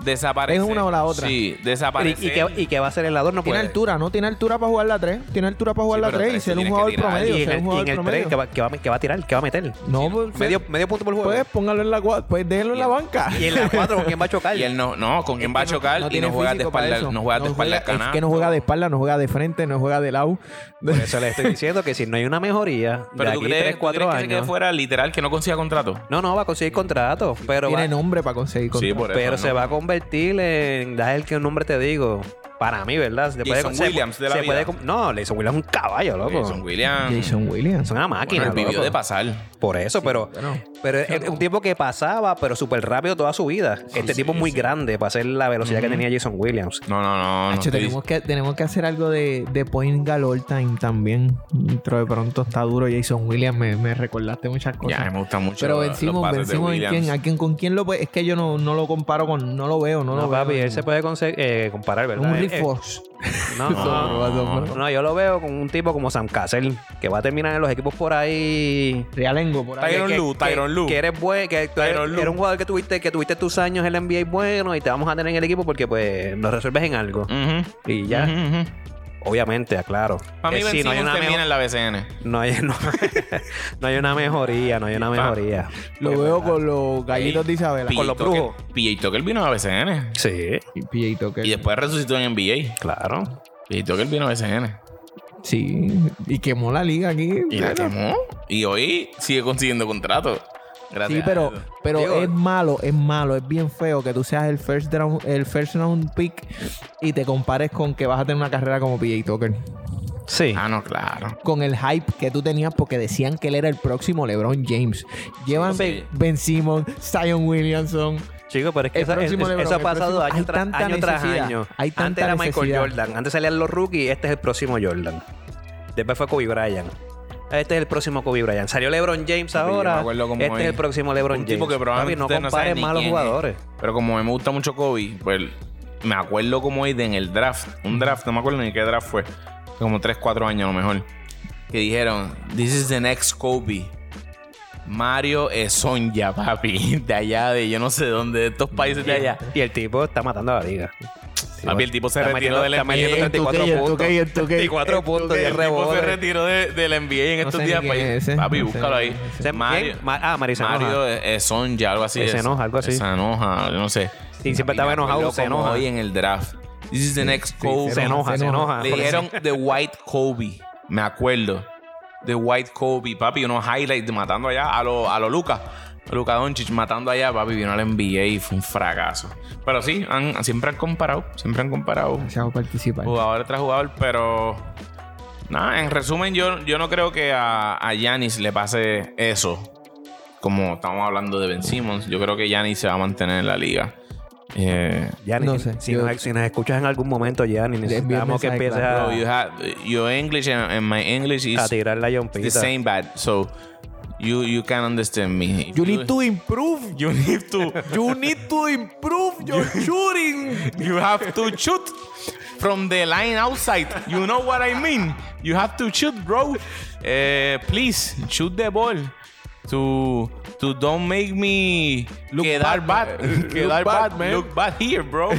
Speaker 2: Es
Speaker 3: Desaparece.
Speaker 2: una o la otra.
Speaker 3: Sí,
Speaker 1: Y,
Speaker 3: desaparece.
Speaker 1: y que, y que va a ser el ladrón, no
Speaker 2: Tiene
Speaker 1: puede.
Speaker 2: altura, ¿no? Tiene altura para jugar la 3. Tiene altura para jugar
Speaker 3: Sí,
Speaker 2: la
Speaker 3: pero
Speaker 2: 3 y
Speaker 3: tres
Speaker 2: ser
Speaker 3: tiene
Speaker 2: un
Speaker 3: que
Speaker 2: jugador
Speaker 3: tirar.
Speaker 2: promedio.
Speaker 1: Y en
Speaker 2: ser un
Speaker 1: el,
Speaker 2: jugador
Speaker 1: y en el 3,
Speaker 2: promedio.
Speaker 1: que va, que va a- que va a tirar, que va a meter.
Speaker 2: No, pues,
Speaker 1: Medio, medio punto por juego.
Speaker 2: pues póngalo en la 4. Pues déjelo en la banca.
Speaker 1: Y en la 4, ¿con quién va a chocar?
Speaker 3: Y él no, no, con quién va a chocar y
Speaker 2: tiene
Speaker 3: no juega de
Speaker 2: físico para
Speaker 3: espalda,
Speaker 2: eso.
Speaker 3: no juega de espalda al
Speaker 2: Es
Speaker 3: canasto.
Speaker 2: que no juega de espalda, no juega de frente, no juega de lado.
Speaker 1: Por eso le estoy diciendo que si no hay una mejoría de
Speaker 3: Pero tú
Speaker 1: aquí
Speaker 3: crees,
Speaker 1: 3,
Speaker 3: tú
Speaker 1: 4
Speaker 3: crees que se quede
Speaker 1: años.
Speaker 3: fuera literal que no consiga contrato.
Speaker 1: No, no, va a conseguir contrato. Pero, va-
Speaker 2: Tiene nombre para conseguir
Speaker 3: Sí,
Speaker 2: contrato.
Speaker 3: por eso.
Speaker 1: pero se
Speaker 3: no.
Speaker 1: va a convertir en. Da el que nombre te digo. Para mí, ¿verdad? Se
Speaker 3: Jason
Speaker 1: se-
Speaker 3: Williams de la
Speaker 1: se
Speaker 3: vida.
Speaker 1: puede com- no, Jason Williams es un caballo, loco.
Speaker 3: Jason Williams.
Speaker 2: Jason Williams.
Speaker 1: Es una máquina.
Speaker 3: pues, Bueno, él vivió
Speaker 1: loco.
Speaker 3: de pasar.
Speaker 1: Por eso, pero, pero es un tiempo que pasaba, pero súper rápido toda su vida. este tipo es muy grande para hacer la velocidad que tenía Jason Williams.
Speaker 3: No, no, no. no
Speaker 2: Hacho,
Speaker 3: estoy-
Speaker 2: tenemos, que, tenemos que hacer algo de, de Point Galore Time también. Dentro de pronto está duro Jason Williams. Me, me recordaste muchas cosas.
Speaker 3: Ya, me gusta mucho.
Speaker 2: Pero
Speaker 3: los- los
Speaker 2: vencimos,
Speaker 3: pases de
Speaker 2: vencimos en
Speaker 3: Williams.
Speaker 2: quién, a quién, con quién lo puede- Es que yo no, no lo comparo con, no lo veo, no,
Speaker 1: No,
Speaker 2: lo
Speaker 1: papi,
Speaker 2: veo.
Speaker 1: él se puede conse- eh, comparar, ¿verdad?
Speaker 2: un
Speaker 1: Eh, eh,
Speaker 2: reforce.
Speaker 3: Ah,
Speaker 1: no, no, no, no, yo lo veo con un tipo como Sam Cassell, que va a terminar en los equipos por ahí.
Speaker 2: Realengo por ahí.
Speaker 3: Tyron
Speaker 1: Que-
Speaker 3: Lue,
Speaker 1: que-
Speaker 3: Tyron Lue.
Speaker 1: Que eres buen, que tú eres,
Speaker 3: Tyron Lue.
Speaker 1: eres un jugador que tuviste, que tuviste tus años en la NBA bueno y te vamos a tener en el equipo porque pues lo resuelves en algo.
Speaker 3: Ujú,
Speaker 1: Y ya,
Speaker 3: ujú, ujú. Eh,
Speaker 1: obviamente, aclaro.
Speaker 3: Para mí,
Speaker 1: Que sí,
Speaker 3: vencimos
Speaker 1: mejo-
Speaker 3: termina en la BCN.
Speaker 1: No hay, no, no hay una mejoría, no hay una mejoría.
Speaker 2: Lo veo con los gallitos de Isabela.
Speaker 1: Con los
Speaker 3: P.J. Tucker-
Speaker 1: brujos.
Speaker 3: PJ Tucker vino a BCN.
Speaker 1: Sí,
Speaker 2: PJ Tucker.
Speaker 3: Y después resucitó en NBA.
Speaker 1: claro.
Speaker 3: PJ Tucker vino a BCN.
Speaker 2: Ah. Sí. Y quemó la liga aquí.
Speaker 3: Y la quemó. Y hoy sigue consiguiendo contrato. Gracias.
Speaker 2: Sí, pero,
Speaker 3: a eso.
Speaker 2: pero
Speaker 1: Digo-
Speaker 2: es malo, es malo, es bien feo que tú seas el first round, el first round pick y te compares con que vas a tener una carrera como PJ Tucker.
Speaker 1: Sí.
Speaker 3: Ah, no, claro.
Speaker 2: Con el hype que tú tenías porque decían que él era el próximo LeBron James. Llevan
Speaker 3: Sí.
Speaker 2: Ben Simmons, Zion Williamson.
Speaker 1: Chico, pero es que
Speaker 2: El
Speaker 1: esa- es-
Speaker 2: próximo
Speaker 1: es-
Speaker 2: LeBron,
Speaker 1: eso ha
Speaker 2: el
Speaker 1: pasado
Speaker 2: próximo-
Speaker 1: año,
Speaker 2: hay
Speaker 1: tras-
Speaker 2: tanta
Speaker 1: año tras
Speaker 2: necesidad,
Speaker 1: año.
Speaker 2: hay
Speaker 1: Antes
Speaker 2: tanta
Speaker 1: era Michael
Speaker 2: necesidad.
Speaker 1: Jordan, antes salían los rookies, este es el próximo Jordan. Después fue Kobe Bryant. Este es el próximo Kobe Bryant. Salió LeBron James
Speaker 3: yo me
Speaker 1: ahora.
Speaker 3: acuerdo cómo
Speaker 1: Este
Speaker 3: es.
Speaker 1: es el próximo LeBron
Speaker 3: un
Speaker 1: James.
Speaker 3: tipo que probablemente
Speaker 1: Papi,
Speaker 3: ustedes
Speaker 1: no
Speaker 3: saben
Speaker 1: compares
Speaker 3: ni
Speaker 1: malos
Speaker 3: quién es.
Speaker 1: jugadores.
Speaker 3: Pero como me gusta mucho Kobe, pues me acuerdo como es de en el draft. Un draft, no me acuerdo ni qué draft fue. Como 3, 4 años a lo mejor. Que dijeron, this is the next Kobe. Mario Sonja, papi. De allá, de yo no sé dónde, de estos países de allá.
Speaker 1: Y el tipo está matando a la liga.
Speaker 3: Papi, el tipo se
Speaker 1: Está
Speaker 3: retiró
Speaker 1: metiendo-
Speaker 3: del
Speaker 1: está metiendo
Speaker 3: NBA.
Speaker 1: 34 puntos.
Speaker 3: 34
Speaker 1: 34 puntos y
Speaker 3: El
Speaker 1: el
Speaker 3: tipo se
Speaker 1: rebote.
Speaker 3: retiró de- del NBA en
Speaker 2: No
Speaker 3: estos
Speaker 2: sé ni
Speaker 3: días.
Speaker 2: quién
Speaker 3: pa' ahí.
Speaker 2: es ese.
Speaker 3: Papi,
Speaker 2: No sé
Speaker 3: búscalo
Speaker 2: ni
Speaker 3: ahí.
Speaker 2: quién es
Speaker 1: ¿Quién?
Speaker 3: Mario,
Speaker 1: Ma- ah, Mario se enoja.
Speaker 3: Mario eh, eh, Sonja, algo así.
Speaker 1: Se
Speaker 3: es-
Speaker 1: enoja, algo así.
Speaker 3: Se enoja, yo no sé.
Speaker 1: Sí, siempre
Speaker 3: Y me
Speaker 1: estaba enojado,
Speaker 3: acuerdo
Speaker 1: se
Speaker 3: como
Speaker 1: enoja.
Speaker 3: Hoy en el draft. This is the next Kobe.
Speaker 1: Se enoja, se enoja.
Speaker 3: Le dijeron The White Kobe. Me acuerdo. The White Kobe, papi. Unos highlights de matando allá a los a lo Lucas. Luca Doncic matando allá, papi, vino al NBA y fue un fracaso. Pero sí, han- siempre han comparado, siempre han comparado
Speaker 2: Gracias por participar.
Speaker 3: jugador tras jugador, pero nada, en resumen, yo, yo no creo que a Yanis le pase eso. Como estamos hablando de Ben Simmons, yo creo que Yanis se va a mantener en la liga. Eh,
Speaker 1: Gianni,
Speaker 2: No
Speaker 1: si-
Speaker 2: sé,
Speaker 1: si,
Speaker 2: yo-
Speaker 1: nos, si nos escuchas en algún momento, Gianni, necesitamos que
Speaker 2: mensaje,
Speaker 1: empieces
Speaker 2: claro.
Speaker 3: bro, you
Speaker 1: a,
Speaker 3: have- your English and, and my English is
Speaker 1: a tirar la
Speaker 3: the
Speaker 1: jumpita.
Speaker 3: same bad, so you, you can understand me. If
Speaker 2: You need to improve.
Speaker 3: you need to,
Speaker 2: You need to improve your shooting.
Speaker 3: you have to shoot from the line outside. You know what I mean. You have to shoot, bro. Eh, please shoot the ball. To to don't make me
Speaker 2: Look
Speaker 3: quedar
Speaker 2: bad,
Speaker 3: bad,
Speaker 2: man.
Speaker 3: quedar
Speaker 2: Look bad,
Speaker 3: bad,
Speaker 2: man.
Speaker 3: Look bad here, bro.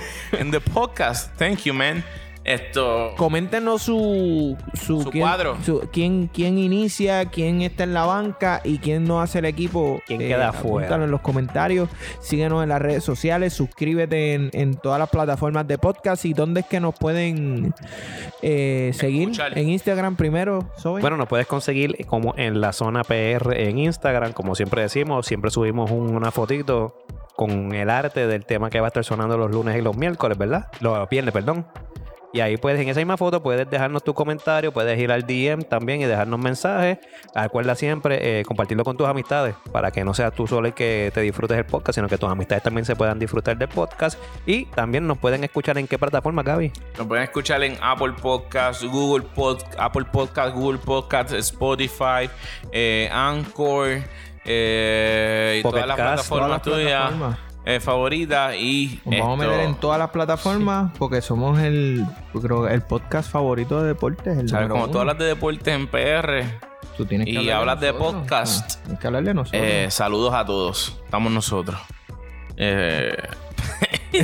Speaker 3: In the podcast. Thank you, man. Esto.
Speaker 2: Coméntenos su, su,
Speaker 3: Su cuadro.
Speaker 2: su- quién, quién inicia, quién está en la banca y quién no hace el equipo. eh,
Speaker 1: Quién queda
Speaker 2: apúntalo
Speaker 1: fuera.
Speaker 2: en los comentarios. Síguenos en las redes sociales. Suscríbete en, en todas las plataformas de podcast. ¿Y dónde es que nos pueden eh, seguir?
Speaker 3: Escuchar.
Speaker 2: En Instagram primero, Zoe.
Speaker 1: Bueno, nos puedes conseguir como en la zona PR en Instagram, como siempre decimos, siempre subimos un- una fotito con el arte del tema que va a estar sonando los lunes y los miércoles, ¿verdad? Los viernes, perdón. Y ahí puedes, en esa misma foto, puedes dejarnos tu comentario, puedes ir al DM también y dejarnos mensajes. Recuerda siempre eh, compartirlo con tus amistades para que no seas tú solo el que te disfrutes el podcast, sino que tus amistades también se puedan disfrutar del podcast. Y también nos pueden escuchar en qué plataforma, Gaby.
Speaker 3: Nos pueden escuchar en Apple Podcast, Google Podcast, Apple Podcast, Google Podcast, Spotify, eh, Anchor, eh, y
Speaker 1: Pocket
Speaker 3: todas las
Speaker 1: Cast,
Speaker 2: Todas las
Speaker 3: plataformas tuyas
Speaker 2: plataformas.
Speaker 3: eh, favoritas y
Speaker 2: Nos vamos a
Speaker 3: esto-
Speaker 2: meter en todas las plataformas porque somos el, yo creo, el podcast favorito de deportes. El
Speaker 3: ¿sabes?
Speaker 2: número
Speaker 3: como
Speaker 2: uno.
Speaker 3: todas las de deportes en PR,
Speaker 2: Tú tienes que
Speaker 3: Y
Speaker 2: hablar
Speaker 3: hablas de
Speaker 2: nosotros.
Speaker 3: podcast.
Speaker 2: Ah, tienes que hablar de nosotros.
Speaker 3: Eh, saludos a todos. Estamos nosotros. Eh,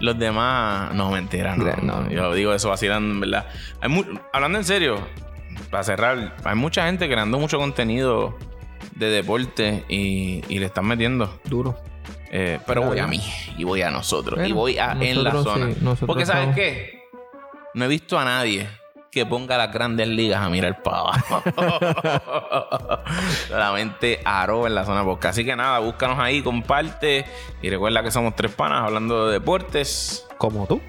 Speaker 3: los demás. No, mentira, no.
Speaker 2: Gra- no, no.
Speaker 3: Yo digo eso vacilando, en verdad. Hay mu- Hablando en serio, para cerrar, hay mucha gente creando mucho contenido de deporte y, y le están metiendo.
Speaker 2: Duro.
Speaker 3: Eh, pero
Speaker 2: Claro.
Speaker 3: voy a mí, y voy a nosotros, y
Speaker 2: Bueno,
Speaker 3: voy a en la
Speaker 2: nosotros
Speaker 3: zona.
Speaker 2: sí, nosotros
Speaker 3: Porque, ¿sabes
Speaker 2: estamos-
Speaker 3: qué? No he visto a nadie que ponga las grandes ligas a mirar para abajo. Solamente Aro en la zona podcast. Así que nada, búscanos ahí, comparte. Y recuerda que somos tres panas hablando de deportes.
Speaker 1: Como tú.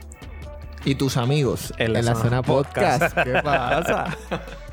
Speaker 2: Y tus amigos
Speaker 1: En
Speaker 2: en
Speaker 1: la
Speaker 2: la,
Speaker 1: zona
Speaker 2: cena podcast. ¿Qué pasa?